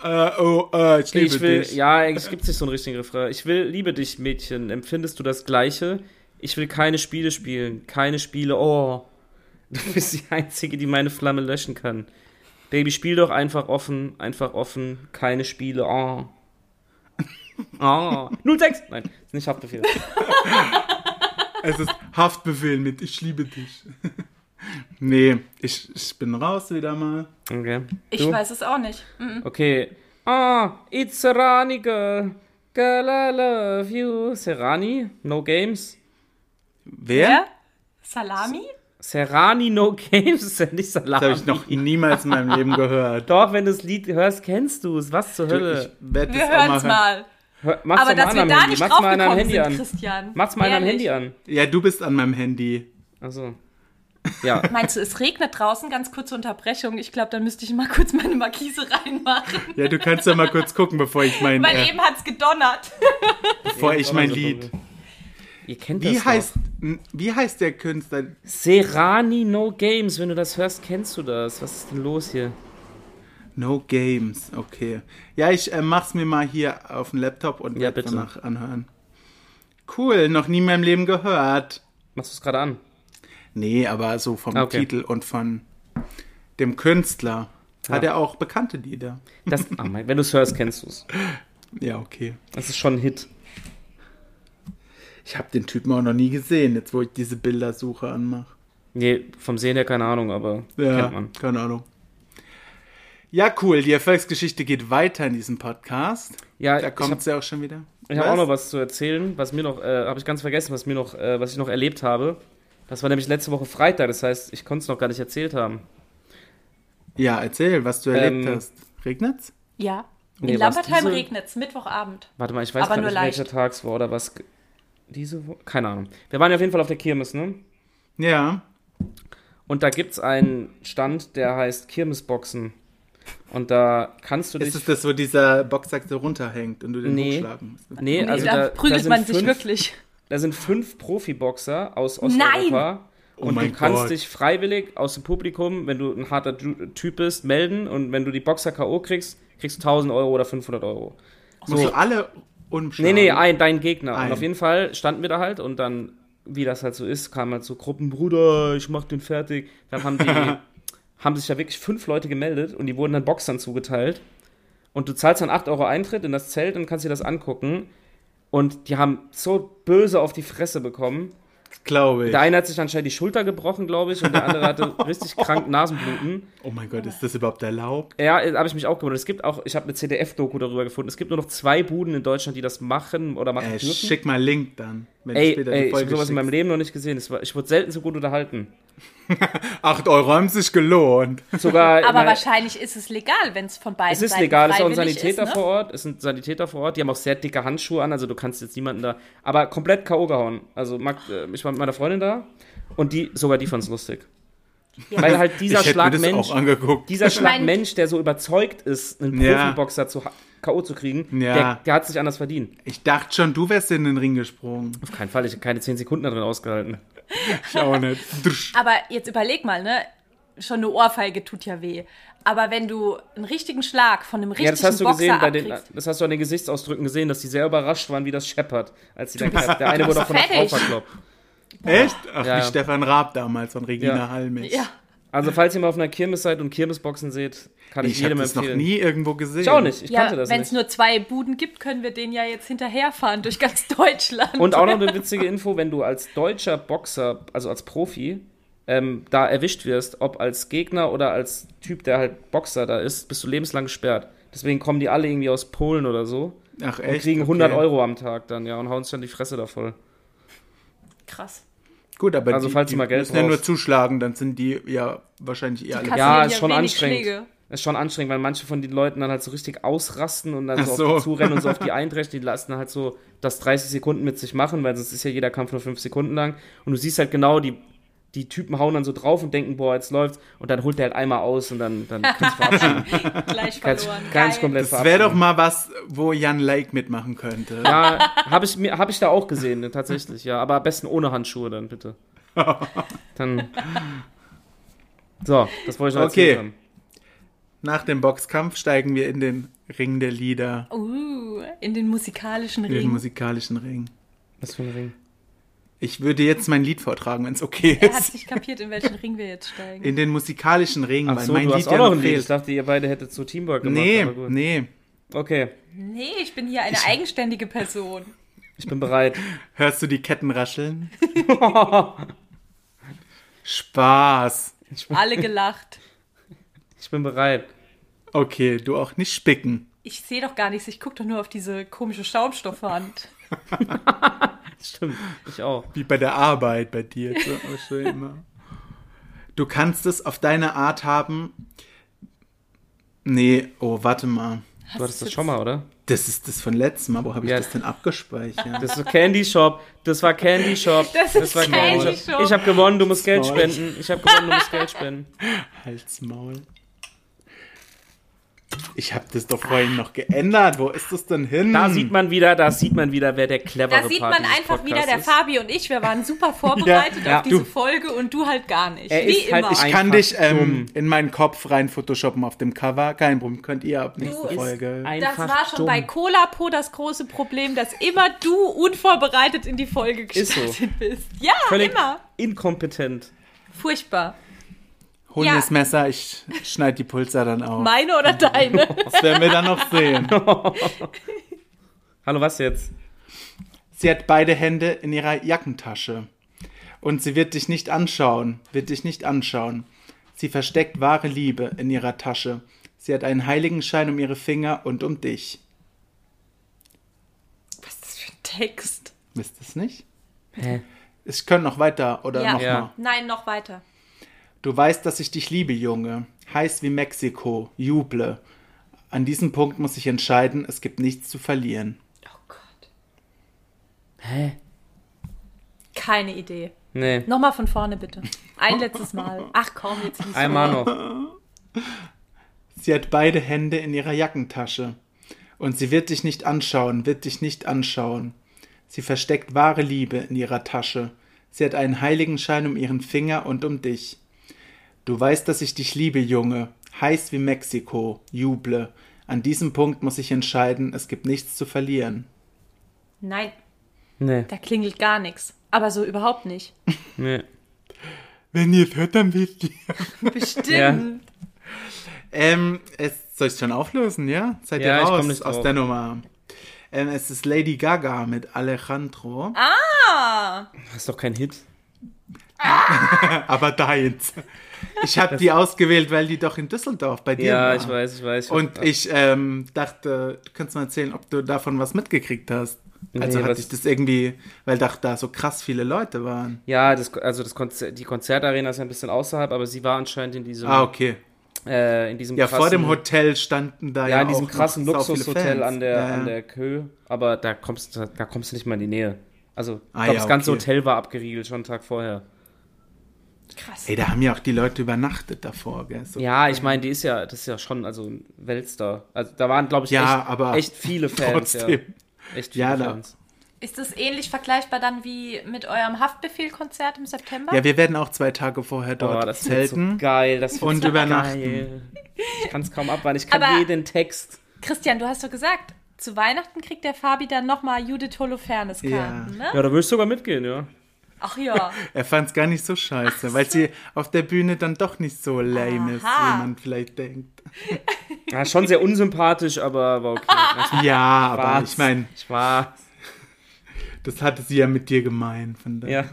S2: Äh, oh, äh, ich liebe
S1: ich will,
S2: dich.
S1: ja, es gibt nicht so einen richtigen Refrain. Ich will, liebe dich, Mädchen. Empfindest du das Gleiche? Ich will keine Spiele spielen. Keine Spiele. Oh, du bist die Einzige, die meine Flamme löschen kann. Baby, spiel doch einfach offen, einfach offen. Keine Spiele. Oh. Oh, 06! Nein, ist nicht Haftbefehl.
S2: Es ist Haftbefehl mit Ich liebe dich. nee, ich, ich bin raus wieder mal.
S1: Okay.
S3: Ich
S1: Du?
S3: weiß es auch nicht. Mhm.
S1: Okay. Ah, it's Serrani girl. Girl, I love you. Serrani, no games.
S2: Wer?
S3: Ja? Salami?
S1: Serrani, no games ist ja nicht
S2: Das
S1: Salami.
S2: habe ich noch niemals in meinem Leben gehört.
S1: Doch, wenn du das Lied hörst, kennst du es. Was zur
S2: Ich
S1: Hölle?
S2: werde
S3: Wir
S2: das auch
S3: hören
S2: mal
S3: es
S2: hören.
S3: mal.
S1: Hör, mach's
S3: Aber
S1: doch mal
S3: dass wir
S1: an am
S3: da
S1: Handy.
S3: nicht
S1: Mach's mal an am
S3: draufgekommen
S1: Handy
S3: sind,
S1: an.
S3: Christian.
S1: Mach's mal an am
S3: Ehrlich.
S1: Handy an.
S2: Ja, du bist an meinem Handy.
S1: Achso. Ja.
S3: Meinst du, es regnet draußen? Ganz kurze Unterbrechung. Ich glaube, dann müsste ich mal kurz meine Markise reinmachen.
S2: Ja, du kannst ja mal kurz gucken, bevor ich mein,
S3: Weil
S2: äh,
S3: eben hat es gedonnert.
S2: bevor ich mein
S1: Also,
S2: Lied.
S1: Ihr kennt das
S2: Wie
S1: doch.
S2: heißt, n- wie heißt der Künstler?
S1: Serrani No Games, wenn du das hörst, kennst du das. Was ist denn los hier?
S2: No Games, okay. Ja, ich äh, mach's mir mal hier auf den Laptop und
S1: Ja,
S2: werd
S1: bitte.
S2: danach anhören. Cool, noch nie in meinem Leben gehört.
S1: Machst du es gerade an?
S2: Nee, aber so vom
S1: Ah, okay.
S2: Titel und von dem Künstler. Hat
S1: Ja.
S2: er auch bekannte Lieder?
S1: Das, ah, mein, wenn du es hörst, kennst du es.
S2: Ja, okay.
S1: Das ist schon ein Hit.
S2: Ich habe den Typen auch noch nie gesehen, jetzt wo ich diese Bildersuche anmache.
S1: Nee, vom Sehen her keine Ahnung, aber
S2: Ja,
S1: kennt man.
S2: keine Ahnung. Ja, cool. Die Erfolgsgeschichte geht weiter in diesem Podcast.
S1: Ja,
S2: Da
S1: ich hab-
S2: kommt sie auch schon wieder.
S1: Ich habe auch
S2: Was?
S1: noch was zu erzählen, was mir noch, äh, habe ich ganz vergessen, was mir noch, äh, was ich noch erlebt habe. Das war nämlich letzte Woche Freitag, das heißt, ich konnte es noch gar nicht erzählt haben.
S2: Ja, erzähl, was du erlebt
S1: Ähm,
S2: hast. Regnet's?
S3: Ja.
S1: Nee,
S3: In
S1: war's
S3: Lambertheim
S1: diese-
S3: regnet es, Mittwochabend.
S1: Warte mal, ich weiß
S3: Aber
S1: gar
S3: nur
S1: nicht,
S3: leicht.
S1: welcher Tag es war oder was. ge- Diese Woche? Keine Ahnung. Wir waren ja auf jeden Fall auf der Kirmes, ne?
S2: Ja.
S1: Und da gibt's einen Stand, der heißt Kirmesboxen. Und da kannst du dich.
S2: Ist es das, wo dieser Boxsack so runterhängt und du den
S1: Nee.
S2: hochschlagen musst?
S1: nee, also
S3: da,
S1: da, da
S3: prügelt
S1: sind
S3: man sich
S1: fünf,
S3: wirklich.
S1: Da sind fünf Profiboxer aus
S3: Nein!
S1: Osteuropa. Und du
S2: Oh mein
S1: kannst
S2: Gott.
S1: dich freiwillig aus dem Publikum, wenn du ein harter Ju- Typ bist, melden. Und wenn du die Boxer K.O. kriegst, kriegst du 1000 Euro oder 500 Euro.
S2: Musst du alle umschlagen?
S1: Nee, nee, ein, dein Gegner.
S2: Ein.
S1: Und auf jeden Fall standen wir da halt und dann, wie das halt so ist, kam halt so Gruppenbruder, ich mach den fertig. Dann haben die, haben sich ja wirklich fünf Leute gemeldet und die wurden dann Boxern zugeteilt. Und du zahlst dann 8 Euro Eintritt in das Zelt und kannst dir das angucken. Und die haben so böse auf die Fresse bekommen.
S2: Glaube ich.
S1: Der eine hat sich anscheinend die Schulter gebrochen, glaube ich, und der andere hatte richtig krank Nasenbluten.
S2: Oh mein Gott, ist das überhaupt erlaubt?
S1: Ja, äh, habe ich mich auch gewundert. Es gibt auch, ich habe eine CDF-Doku darüber gefunden. Es gibt nur noch zwei Buden in Deutschland, die das machen oder machen
S2: Ey,
S1: dürfen.
S2: Äh, schick mal Link dann, wenn du
S1: Ey,
S2: später
S1: ey
S2: die
S1: ich habe
S2: Folge
S1: sowas in meinem
S2: schickst.
S1: Leben noch nicht gesehen. Es war, ich wurde selten so gut unterhalten.
S2: 8 Euro haben sich gelohnt.
S1: Sogar,
S3: Aber
S1: mein,
S3: wahrscheinlich ist es legal, wenn es von beiden
S1: es ist
S3: Seiten
S1: legal, es ist auch ein
S3: freiwillig
S1: Sanitäter
S3: ist, ne?
S1: vor Ort. Es sind Sanitäter vor Ort. Die haben auch sehr dicke Handschuhe an, also du kannst jetzt niemanden da. Aber komplett K.O. gehauen. Also Mag, äh, ich war mit meiner Freundin da und die, sogar die fand es lustig. Weil halt dieser
S2: ich hätte
S1: Schlag
S2: mir das
S1: Mensch,
S2: auch angeguckt.
S1: dieser Schlag
S3: meine-
S1: Mensch, der so überzeugt ist, einen
S2: Ja.
S1: Profiboxer zu ha- K.O. zu kriegen,
S2: Ja.
S1: der, der hat sich anders verdient.
S2: Ich dachte schon, du wärst in den Ring gesprungen.
S1: Auf keinen Fall, ich habe keine 10 Sekunden darin ausgehalten.
S2: Ich auch nicht. Drsch.
S3: Aber jetzt überleg mal, ne? Schon eine Ohrfeige tut ja weh. Aber wenn du einen richtigen Schlag von einem richtigen
S1: Ja, das hast du
S3: Boxer
S1: gesehen, bei den,
S3: abkriegst,
S1: das hast du an den Gesichtsausdrücken gesehen, dass die sehr überrascht waren, wie das scheppert, als sie dann gesagt Der eine wurde auch von der Frau
S3: Fertig.
S1: verkloppt.
S2: Echt? Ach,
S1: Ja.
S2: wie Stefan Raab damals von Regina
S1: Ja.
S2: Halmich.
S3: ja,
S1: Also, falls ihr mal auf einer Kirmes seid und Kirmesboxen seht, kann ich,
S2: Ich habe
S1: jedem
S2: das noch
S1: empfehlen.
S2: nie irgendwo gesehen.
S1: Ich auch nicht, ich kannte
S3: ja
S1: das
S3: wenn es
S1: nicht.
S3: nur zwei Buden gibt, können wir den ja jetzt hinterherfahren durch ganz Deutschland.
S1: Und auch noch eine witzige Info, wenn du als deutscher Boxer, also als Profi, ähm, da erwischt wirst, ob als Gegner oder als Typ, der halt Boxer da ist, bist du lebenslang gesperrt. Deswegen kommen die alle irgendwie aus Polen oder so
S2: Ach,
S1: und
S2: echt?
S1: kriegen 100
S2: Okay.
S1: Euro am Tag dann, ja, und hauen sich dann die Fresse da voll.
S3: Krass.
S2: Gut, aber
S1: Also,
S2: die,
S1: falls du
S2: die
S1: mal Geld
S2: müssen ja nur
S1: brauchst.
S2: zuschlagen, dann sind die ja wahrscheinlich eh alle.
S3: Kassen-
S1: Ja,
S3: Ja,
S1: ist schon
S3: wenig
S1: anstrengend.
S3: Schläge.
S1: Ist schon anstrengend, weil manche von den Leuten dann halt so richtig ausrasten und dann
S2: Ach
S1: so,
S2: so.
S1: auf die zurennen und so auf die eintreffen. Die lassen halt so das 30 Sekunden mit sich machen, weil sonst ist ja jeder Kampf nur 5 Sekunden lang. Und du siehst halt genau, die, die Typen hauen dann so drauf und denken, boah, jetzt läuft's. Und dann holt der halt einmal aus und dann, dann kannst du verabschieden.
S3: Gleich
S1: kannst,
S3: verloren.
S1: kannst
S3: Geil.
S1: komplett
S2: Das wäre doch
S1: verabschieden.
S2: mal was, wo Jan Lake mitmachen könnte.
S1: Ja, habe ich, mir- hab ich da auch gesehen, ne, tatsächlich, ja. Aber am besten ohne Handschuhe dann, bitte. Dann. So, das wollte ich noch
S2: Okay.
S1: erzählen. haben.
S2: Nach dem Boxkampf steigen wir in den Ring der Lieder,
S3: Uh, in den musikalischen
S2: in den
S3: Ring.
S2: musikalischen Ring.
S1: Was für ein Ring.
S2: Ich würde jetzt mein Lied vortragen, wenn es okay
S3: Er hat
S2: ist.
S3: nicht kapiert, in welchen Ring wir jetzt steigen.
S2: In den musikalischen Ring,
S1: Ach
S2: weil
S1: so,
S2: mein
S1: du hast
S2: Lied ja
S1: auch noch
S2: noch
S1: ein Lied. Ich
S2: fehlt.
S1: dachte, ihr beide hättet so Teamwork gemacht.
S2: Nee,
S1: aber gut.
S2: nee.
S1: Okay,
S3: Nee, ich bin hier eine eigenständige Person.
S1: ich bin bereit.
S2: Hörst du die Ketten rascheln? Spaß.
S3: Alle gelacht.
S1: Ich bin bereit.
S2: Okay, du auch nicht spicken.
S3: Ich sehe doch gar nichts, ich gucke doch nur auf diese komische Schaumstoffwand.
S1: Stimmt, ich auch.
S2: Wie bei der Arbeit bei dir. So, aber schon immer. Du kannst es auf deine Art haben. Nee, oh, warte mal.
S1: Du hattest das schon mal, oder?
S2: Das ist das von letztem Mal. Wo habe ich
S1: Ja.
S2: das denn abgespeichert?
S1: Das ist Candy Shop. Das war Candy Shop.
S3: Das ist
S1: war
S3: Candy Shop.
S1: Ich habe gewonnen, du musst Geld
S2: Small.
S1: spenden. Ich habe gewonnen, du musst Geld spenden.
S2: Halt's Maul. Ich habe das doch vorhin noch geändert. Wo ist das denn hin?
S1: Da sieht man wieder, da sieht man wieder, wer der clevere
S3: Da sieht
S1: Part
S3: man
S1: dieses
S3: einfach wieder,
S1: Podcasts
S3: der
S1: ist.
S3: Fabi und ich, wir waren super vorbereitet
S2: Ja,
S3: auf
S2: ja.
S3: diese
S2: Du-
S3: Folge und du halt gar nicht.
S1: Er
S3: Wie
S1: ist halt-
S3: immer.
S1: ich
S2: Ich kann
S1: Einfach
S2: dich
S1: dumm.
S2: ähm, in meinen Kopf rein photoshoppen auf dem Cover. Kein Problem, könnt ihr ab nächste
S3: ist
S2: Folge.
S1: Einfach
S3: das war schon
S1: dumm.
S3: bei Colapo das große Problem, dass immer du unvorbereitet in die Folge
S1: Ist so.
S3: gestartet bist. Ja,
S1: Völlig
S3: immer.
S1: inkompetent.
S3: Furchtbar.
S2: Hol
S3: Ja.
S2: mir das Messer, ich schneide die Pulser dann auf.
S3: Meine oder deine?
S2: Das werden wir dann noch sehen.
S1: Hallo, was jetzt?
S2: Sie hat beide Hände in ihrer Jackentasche. Und sie wird dich nicht anschauen, wird dich nicht anschauen. Sie versteckt wahre Liebe in ihrer Tasche. Sie hat einen Heiligenschein um ihre Finger und um dich.
S3: Was ist das für ein Text?
S2: Wisst ihr es nicht?
S1: Hä?
S2: Ich könnte noch weiter oder
S3: Ja.
S2: nochmal.
S1: Ja.
S3: Nein, noch weiter.
S2: Du weißt, dass ich dich liebe, Junge. Heiß wie Mexiko, juble. An diesem Punkt muss ich entscheiden, es gibt nichts zu verlieren.
S3: Oh Gott.
S1: Hä?
S3: Keine Idee.
S1: Nee.
S3: Nochmal von vorne bitte. Ein letztes Mal. Ach komm, jetzt nicht.
S1: Einmal noch.
S2: Sie hat beide Hände in ihrer Jackentasche. Und sie wird dich nicht anschauen, wird dich nicht anschauen. Sie versteckt wahre Liebe in ihrer Tasche. Sie hat einen Heiligenschein um ihren Finger und um dich. Du weißt, dass ich dich liebe, Junge. Heiß wie Mexiko, juble. An diesem Punkt muss ich entscheiden, es gibt nichts zu verlieren.
S3: Nein,
S1: Nee,
S3: da klingelt gar nichts. Aber so überhaupt nicht.
S1: nee.
S2: Wenn ihr es hört, dann wisst ihr.
S3: Bestimmt.
S2: Ähm, es, soll ich schon auflösen, ja? Seid
S1: Ja,
S2: ihr
S1: ich
S2: raus
S1: komm nicht
S2: aus
S1: drauf.
S2: der Nummer? Ähm, es ist Lady Gaga mit Alejandro,
S3: Ah,
S1: Das ist doch kein Hit.
S2: aber deins. Ich habe die ausgewählt, weil die doch in Düsseldorf bei dir
S1: Ja,
S2: war.
S1: ich weiß, ich weiß. Ich
S2: Und
S1: hab-
S2: ich ähm, dachte, du kannst mal erzählen, ob du davon was mitgekriegt hast. Also
S1: Nee,
S2: hatte
S1: was-
S2: ich das irgendwie, weil dachte, da so krass viele Leute waren.
S1: Ja, das, also das Konzer die Konzertarena ist ja ein bisschen außerhalb, aber sie war anscheinend in diesem,
S2: Ah, okay.
S1: äh, in diesem
S2: Ja,
S1: krassen,
S2: vor dem Hotel standen da ja,
S1: ja, in diesem
S2: auch
S1: krassen
S2: noch sau viele
S1: Luxushotel
S2: Fans.
S1: an der,
S2: ja, ja.
S1: an der Kö, aber da kommst, du- da kommst du nicht mal in die Nähe. Also, ich
S2: Ah,
S1: glaube,
S2: ja,
S1: das ganze
S2: okay.
S1: Hotel war abgeriegelt schon einen Tag vorher.
S3: krass.
S2: Ey, da haben ja auch die Leute übernachtet davor, gell? So
S1: Ja, ich meine, die ist ja, das ist ja schon, also ein Weltstar. Also da waren, glaube ich,
S2: Ja,
S1: echt,
S2: aber
S1: echt viele Fans. Ja.
S2: trotzdem.
S1: Echt viele
S2: Ja, da-
S1: Fans.
S3: Ist das ähnlich vergleichbar dann wie mit eurem Haftbefehl-Konzert im September?
S2: Ja, wir werden auch zwei Tage vorher dort
S1: Boah, das ist so
S2: zelten.
S1: geil. Das wird
S2: und
S1: so
S2: übernachten.
S1: Geil. Ich kann es kaum abwarten. Ich kann
S3: Aber-
S1: jeden Text.
S3: Christian, du hast doch gesagt, zu Weihnachten kriegt der Fabi dann nochmal Judith Holofernes-Karten, ne?
S1: Ja, da würdest du sogar mitgehen, ja.
S3: Ach ja.
S2: er fand es gar nicht so scheiße, weil sie auf der Bühne dann doch nicht so lame ist,
S3: Aha.
S2: wie man vielleicht denkt.
S1: ja schon sehr unsympathisch, aber war okay. Das
S2: Ja, aber
S1: war's.
S2: ich meine,
S1: Ich war.
S2: das hatte sie ja mit dir gemein. Von daher.
S1: Ja.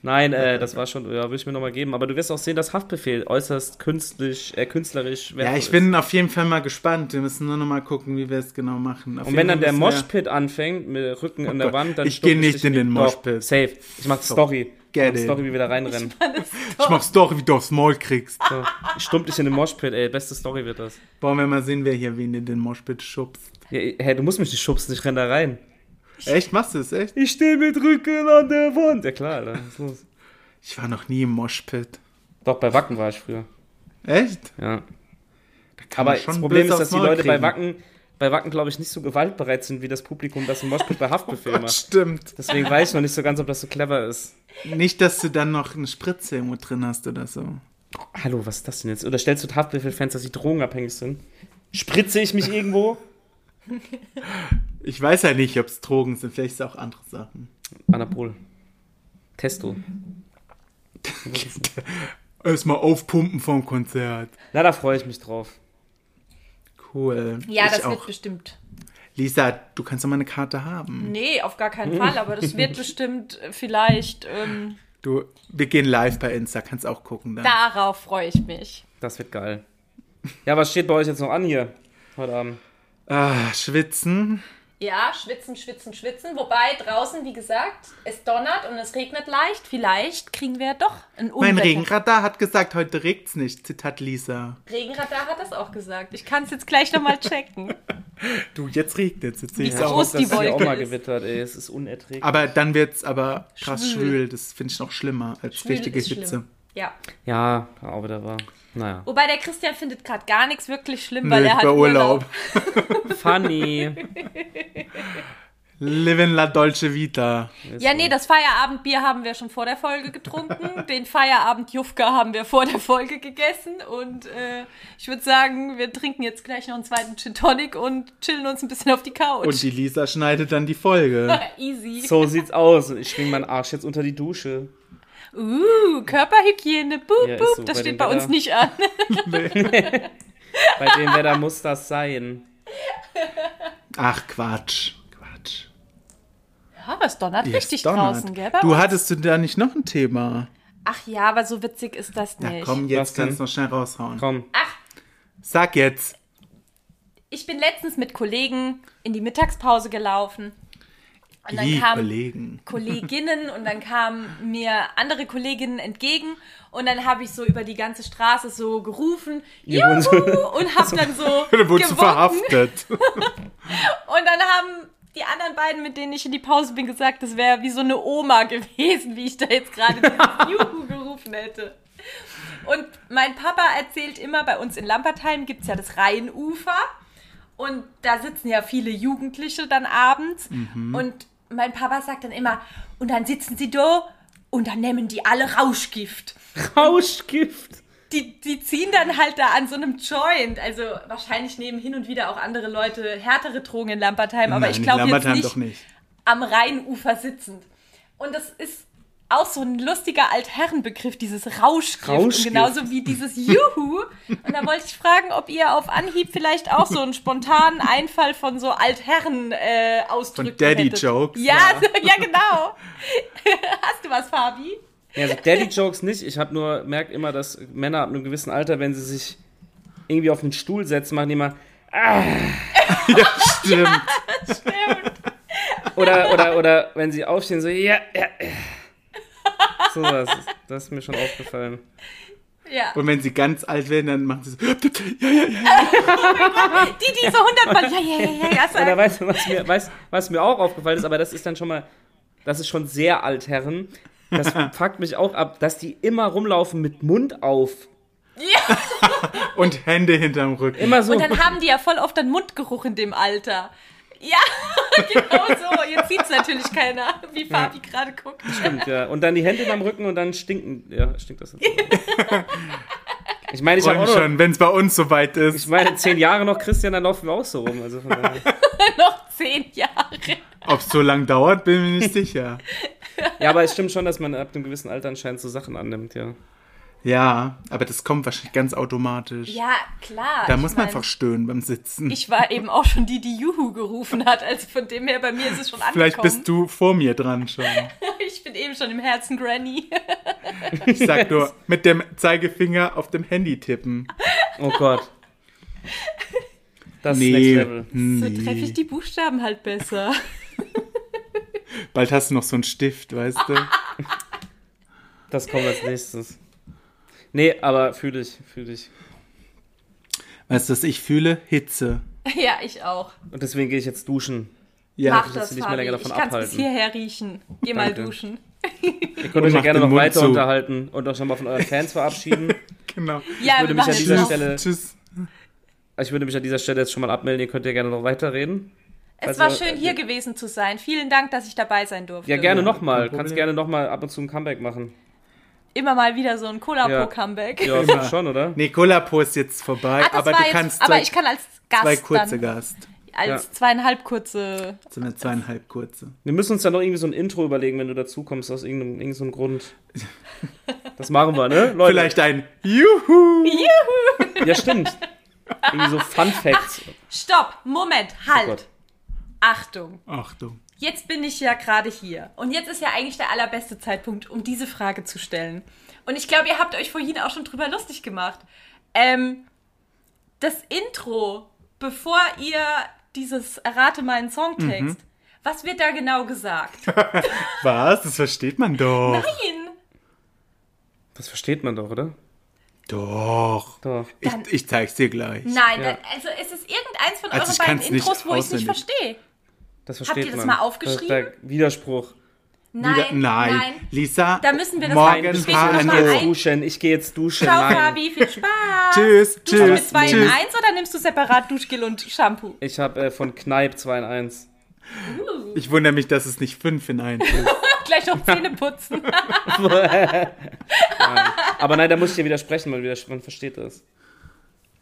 S1: Nein, äh, das war schon, ja, würde ich mir nochmal geben. Aber du wirst auch sehen, dass Haftbefehl äußerst künstlich, äh, künstlerisch
S2: ja,
S1: wertvoll
S2: ich
S1: ist.
S2: bin auf jeden Fall mal gespannt. Wir müssen nur noch mal gucken, wie wir es genau machen. Auf
S1: Und
S2: jeden
S1: wenn
S2: Fall
S1: dann der
S2: müssen wir-
S1: Moshpit anfängt, mit Rücken an der
S2: Oh Gott,
S1: Wand, dann
S2: ich
S1: stumpf
S2: geh nicht
S1: dich
S2: in den
S1: Doch,
S2: Moshpit.
S1: Safe. Ich mach Story. Ich
S2: Get
S1: mach
S2: it.
S1: Story, wie wir da reinrennen.
S2: Ich mach's doch, wie du aufs Maul kriegst.
S1: So. Ich stumpf dich in den Moshpit, ey. Beste Story wird das.
S2: Wollen wir mal sehen, wer hier wen in den Moshpit schubst.
S1: Ja, hä, du musst mich nicht schubsen, ich renn da rein.
S2: Echt, machst du es, echt?
S1: Ich stehe mit Rücken an der Wand. Ja klar, Alter. Was ist los?
S2: Ich war noch nie im Moshpit.
S1: Doch, bei Wacken war ich früher.
S2: Echt?
S1: Ja.
S2: Kann
S1: Aber
S2: man schon
S1: das Problem
S2: böse
S1: ist, dass
S2: aufs
S1: die
S2: Maul
S1: Leute bei
S2: kriegen.
S1: Wacken, bei Wacken, glaube ich, nicht so gewaltbereit sind wie das Publikum, das im Moshpit bei
S2: Oh
S1: Haftbefehl macht.
S2: Stimmt.
S1: Deswegen weiß ich noch nicht so ganz, ob das so clever ist.
S2: Nicht, dass du dann noch eine Spritze irgendwo drin hast oder so.
S1: Hallo, was ist das denn jetzt? Oder stellst du Haftbefehl-Fans, dass sie drogenabhängig sind? Spritze ich mich irgendwo?
S2: Ich weiß ja nicht, ob es Drogen sind, vielleicht ist es auch andere Sachen.
S1: Anabol. Testo.
S2: Erstmal aufpumpen vom Konzert.
S1: Na, da freue ich mich drauf.
S2: cool.
S3: Ja,
S2: ich
S3: das wird
S2: auch.
S3: bestimmt.
S2: Lisa, du kannst doch mal eine Karte haben.
S3: Nee, auf gar keinen Fall, aber das wird bestimmt äh, vielleicht. Ähm,
S2: Du, wir gehen live bei Insta, kannst auch gucken dann.
S3: darauf freue ich mich.
S1: Das wird geil. Ja, was steht bei euch jetzt noch an hier heute Abend?
S2: Ah, schwitzen.
S3: Ja, schwitzen, schwitzen, schwitzen. Wobei draußen, wie gesagt, es donnert und es regnet leicht. Vielleicht kriegen wir ja doch ein Unwetter.
S2: Mein Regenradar hat gesagt, heute regt's nicht. Zitat Lisa.
S3: Regenradar hat das auch gesagt. Ich kann es jetzt gleich nochmal checken.
S2: Du, jetzt regnet's. Jetzt sehe
S3: Wie
S2: ich
S3: groß-
S2: auch.
S3: Muss die
S1: das hier
S3: Wolke
S1: auch mal
S3: ist.
S1: gewittert, ey. Es ist unerträglich.
S2: Aber dann wird's aber krass
S3: Schwül.
S2: schwül. Das finde ich noch schlimmer als
S3: Schwül
S2: richtige
S3: ist schlimm.
S2: Hitze.
S3: Ja.
S1: ja, auch wieder war. Naja.
S3: Wobei der Christian findet gerade gar nichts wirklich schlimm,
S2: Nö,
S3: weil
S2: ich
S3: er hat
S2: war Urlaub.
S3: Urlaub.
S1: Funny.
S2: Living la dolce vita.
S3: Ja, nee, das Feierabendbier haben wir schon vor der Folge getrunken. Den Feierabend-Jufka haben wir vor der Folge gegessen. Und äh, ich würde sagen, wir trinken jetzt gleich noch einen zweiten Gin Tonic und chillen uns ein bisschen auf die Couch.
S2: Und die Lisa schneidet dann die Folge.
S3: Easy.
S1: So sieht's aus. Und ich schwing meinen Arsch jetzt unter die Dusche.
S3: Uh, Körperhygiene, boop,
S1: Ja, ist
S3: boop.
S1: so,
S3: das
S1: bei
S3: steht
S1: dem
S3: bei uns
S1: Wetter.
S3: nicht an.
S1: Bei dem Wetter muss das sein.
S2: Ach, Quatsch. Quatsch.
S3: Aber Ah, es donnert
S2: Jetzt
S3: richtig
S2: donnert.
S3: draußen, gell? bei
S2: Du
S3: uns?
S2: hattest du da nicht noch ein Thema?
S3: Ach ja, aber so witzig ist das
S2: Na
S3: nicht.
S2: komm,
S1: Was
S2: jetzt
S1: denn?
S2: kannst du noch schnell raushauen.
S1: Komm.
S2: Sag jetzt.
S3: Ich bin letztens mit Kollegen in die Mittagspause gelaufen. Und dann
S2: Die
S3: kamen
S2: Kollegen.
S3: Kolleginnen und dann kamen mir andere Kolleginnen entgegen und dann habe ich so über die ganze Straße so gerufen,
S1: Ihr
S3: Juhu!
S1: Hunde.
S3: und habe dann so
S2: Oder wurdest du
S3: gewunken.
S2: verhaftet?
S3: Und dann haben die anderen beiden, mit denen ich in die Pause bin, gesagt, das wäre wie so eine Oma gewesen, wie ich da jetzt gerade dieses Juhu gerufen hätte. Und mein Papa erzählt immer, bei uns in Lampertheim gibt es ja das Rheinufer. Und da sitzen ja viele Jugendliche dann abends. Und mein Papa sagt dann immer, und dann sitzen sie da und dann nehmen die alle Rauschgift
S1: Rauschgift.
S3: die, die ziehen dann halt da an so einem Joint. Also wahrscheinlich nehmen hin und wieder auch andere Leute härtere Drogen in Lampertheim, aber
S2: Nein,
S3: ich
S2: in
S3: glaube jetzt
S2: Lambertheim
S3: nicht,
S2: doch nicht.
S3: am Rheinufer sitzend. Und das ist auch so ein lustiger Altherrenbegriff, dieses Rauschgift.
S1: Rauschgift.
S3: Und genauso wie dieses Juhu. Und da wollte ich fragen, ob ihr auf Anhieb vielleicht auch so einen spontanen Einfall von so Altherren äh, ausdrücken
S2: Von Daddy
S3: hättet.
S2: Jokes,
S3: Ja, ja, genau. Hast du was, Fabi?
S1: Ja, also Daddy-Jokes nicht. Ich habe nur, merkt immer, dass Männer ab einem gewissen Alter, wenn sie sich irgendwie auf einen Stuhl setzen, machen die immer.
S2: Stimmt.
S1: Oder, oder, oder wenn sie aufstehen, so, ja, ja, ja. So, das, ist- das ist mir schon aufgefallen.
S3: Ja.
S2: Und wenn sie ganz alt werden, dann machen sie so. Ja, ja, ja.
S3: Die, die so hundertmal, ja, ja, ja, ja, ja, sagen.
S1: Oder weißt du, was mir, weißt, was mir auch aufgefallen ist, aber das ist dann schon mal, das ist schon sehr altherren. Das fuckt mich auch ab, dass die immer rumlaufen mit Mund auf.
S2: Und Hände hinterm Rücken.
S1: Immer so.
S3: Und dann haben die ja voll oft den Mundgeruch in dem Alter. Ja, genau so. Jetzt sieht's natürlich keiner, wie Fabi gerade guckt.
S1: Stimmt, ja. Und dann die Hände beim Rücken und dann stinken. Ja, stinkt das jetzt. Ich meine, ich
S2: Ich
S1: habe
S2: freue
S1: auch
S2: mich
S1: noch,
S2: schon, wenn es bei uns soweit
S1: ich
S2: ist.
S1: meine, zehn Jahre noch Christian, dann laufen wir auch so rum. Also von daher.
S3: Noch zehn Jahre.
S2: Ob es so lang dauert, bin ich mir nicht sicher.
S1: Ja, aber es stimmt schon, dass man ab einem gewissen Alter anscheinend so Sachen annimmt, ja.
S2: Ja, aber das kommt wahrscheinlich ganz automatisch.
S3: Ja, klar.
S2: da
S3: ich
S2: muss man
S3: mein,
S2: einfach stöhnen beim Sitzen.
S3: Ich war eben auch schon die, die Juhu gerufen hat. Also von dem her, bei mir ist es schon angekommen.
S2: Vielleicht bist du vor mir dran schon.
S3: Ich bin eben schon im Herzen Granny.
S2: Ich sag nur, mit dem Zeigefinger auf dem Handy tippen.
S3: Ah,
S1: Oh Gott. Das ist Next
S2: Nee,
S1: Level.
S3: So Also treffe ich die Buchstaben halt besser.
S2: bald hast du noch so einen Stift, weißt du?
S3: Ah.
S1: Das kommt als nächstes. Nee, aber fühle ich, fühle ich.
S2: Weißt du, was ich fühle? Hitze.
S3: Ja, ich auch.
S1: Und deswegen gehe ich jetzt duschen.
S2: Ja,
S3: Mach
S1: dass
S3: das,
S1: du dich mal
S3: Fabi.
S1: länger
S3: Ich
S1: davon
S3: kann bis
S1: abhalten.
S3: hierher riechen. Geh mal
S1: Danke.
S3: duschen.
S1: Ihr könnt euch ja
S2: mach
S1: gerne
S2: den
S1: noch
S2: Mund
S1: weiter
S2: zu.
S1: unterhalten und euch nochmal von euren Fans verabschieden.
S2: genau.
S3: Ja,
S1: würde mich
S3: wir machen
S1: an
S3: jetzt
S1: dieser
S3: noch.
S1: Stelle-
S2: Tschüss.
S1: Also Ich würde mich an dieser Stelle jetzt schon mal abmelden, ihr könnt ja gerne noch weiterreden.
S3: Es
S1: Also,
S3: war schön,
S1: äh,
S3: hier gewesen zu sein. Vielen Dank, dass ich dabei sein durfte.
S1: Ja, gerne
S2: Ja,
S1: nochmal.
S2: kein Problem.
S1: Kannst gerne nochmal ab und zu ein Comeback machen.
S3: Immer mal wieder so ein
S1: Ja.
S3: Cola-Pro-Comeback.
S1: Ja,
S2: Immer.
S1: schon, oder?
S2: Nicola Po ist jetzt vorbei,
S3: Ah, das
S2: aber
S3: war
S2: du
S3: jetzt,
S2: kannst
S3: aber
S2: zwei,
S3: ich kann als Gast
S2: zwei kurze
S3: dann,
S2: Gast.
S3: als
S1: Ja.
S3: zweieinhalb kurze.
S2: Sind wir zweieinhalb kurze.
S1: Wir müssen uns dann noch irgendwie so ein Intro überlegen, wenn du dazukommst, aus irgendeinem, irgendeinem so einem Grund. Das machen wir, ne? Leute.
S2: Vielleicht ein Juhu.
S1: Ja, stimmt. Irgendwie so Fun Facts.
S3: Stopp, Moment,
S2: Oh
S3: halt.
S1: Gott.
S3: Achtung.
S2: Achtung.
S3: Jetzt bin ich ja gerade hier. Und jetzt ist ja eigentlich der allerbeste Zeitpunkt, um diese Frage zu stellen. Und ich glaube, ihr habt euch vorhin auch schon drüber lustig gemacht. Ähm, das Intro, bevor ihr dieses Errate meinen Song
S2: Mhm.
S3: text, was wird da genau gesagt?
S2: Was? Das versteht man doch.
S3: Nein!
S1: Das versteht man doch, oder?
S2: Doch.
S1: Doch.
S2: Ich, ich zeig's dir gleich.
S3: Nein,
S1: Ja.
S3: also es ist irgendeins von
S2: Also
S3: euren
S2: ich
S3: beiden
S2: kann's nicht
S3: Intros, wo ich es nicht
S2: auswendig.
S3: verstehe.
S1: Das
S3: ihr
S1: versteht
S3: das
S1: man.
S3: mal aufgeschrieben?
S1: Das ist der Widerspruch.
S3: Nein,
S2: Wieder-
S3: nein.
S2: Lisa,
S3: Da müssen wir das
S2: morgen
S3: mal-
S1: Ich
S3: Später
S1: gehe
S3: noch
S2: fahren
S3: mal
S2: wir.
S1: jetzt
S3: ein.
S1: duschen. Ich gehe jetzt duschen.
S3: Ciao,
S1: Nein.
S3: Fabi, viel Spaß.
S2: Tschüss,
S3: Duschst du mit
S2: tschüss,
S3: 2 in
S2: tschüss.
S3: 1 oder nimmst du separat Duschgel und Shampoo?
S1: Ich habe äh, von Kneip 2 in 1.
S2: Ich wundere mich, dass es nicht fünf in eins ist.
S3: Gleich noch Zähne putzen.
S1: Aber nein, da muss ich dir widersprechen, man, widers- man versteht das.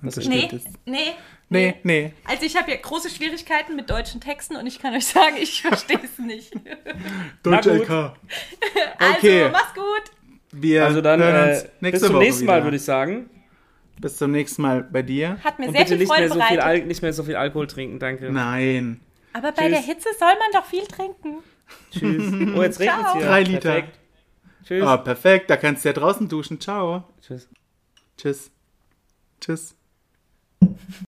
S2: Das
S3: nee,
S2: stimmt.
S3: nee.
S2: Nee, nee.
S3: Also ich habe ja große Schwierigkeiten mit deutschen Texten und ich kann euch sagen, ich verstehe es nicht.
S2: Deutsche
S1: gut.
S2: LK.
S3: Also,
S2: Okay.
S3: mach's gut.
S2: Wir
S1: Also dann
S2: hören
S1: äh,
S2: uns
S1: bis
S2: nächste
S1: zum
S2: Woche
S1: nächsten
S2: wieder.
S1: Mal, würde ich sagen.
S2: Bis zum nächsten Mal bei dir.
S3: Hat mir
S1: Und
S3: sehr
S1: bitte
S3: viel
S1: nicht
S3: Freude
S1: mehr, so viel
S3: bereitet.
S1: Al nicht mehr so viel Alkohol trinken, danke.
S2: Nein.
S3: Aber bei
S1: Tschüss.
S3: der Hitze soll man doch viel trinken.
S1: Tschüss. Oh, jetzt regnet's
S3: Ciao.
S1: hier.
S2: Drei Liter.
S1: Perfekt. Tschüss.
S2: Ah, perfekt. Da kannst du ja draußen duschen. Ciao.
S1: Tschüss.
S2: Tschüss. Tschüss.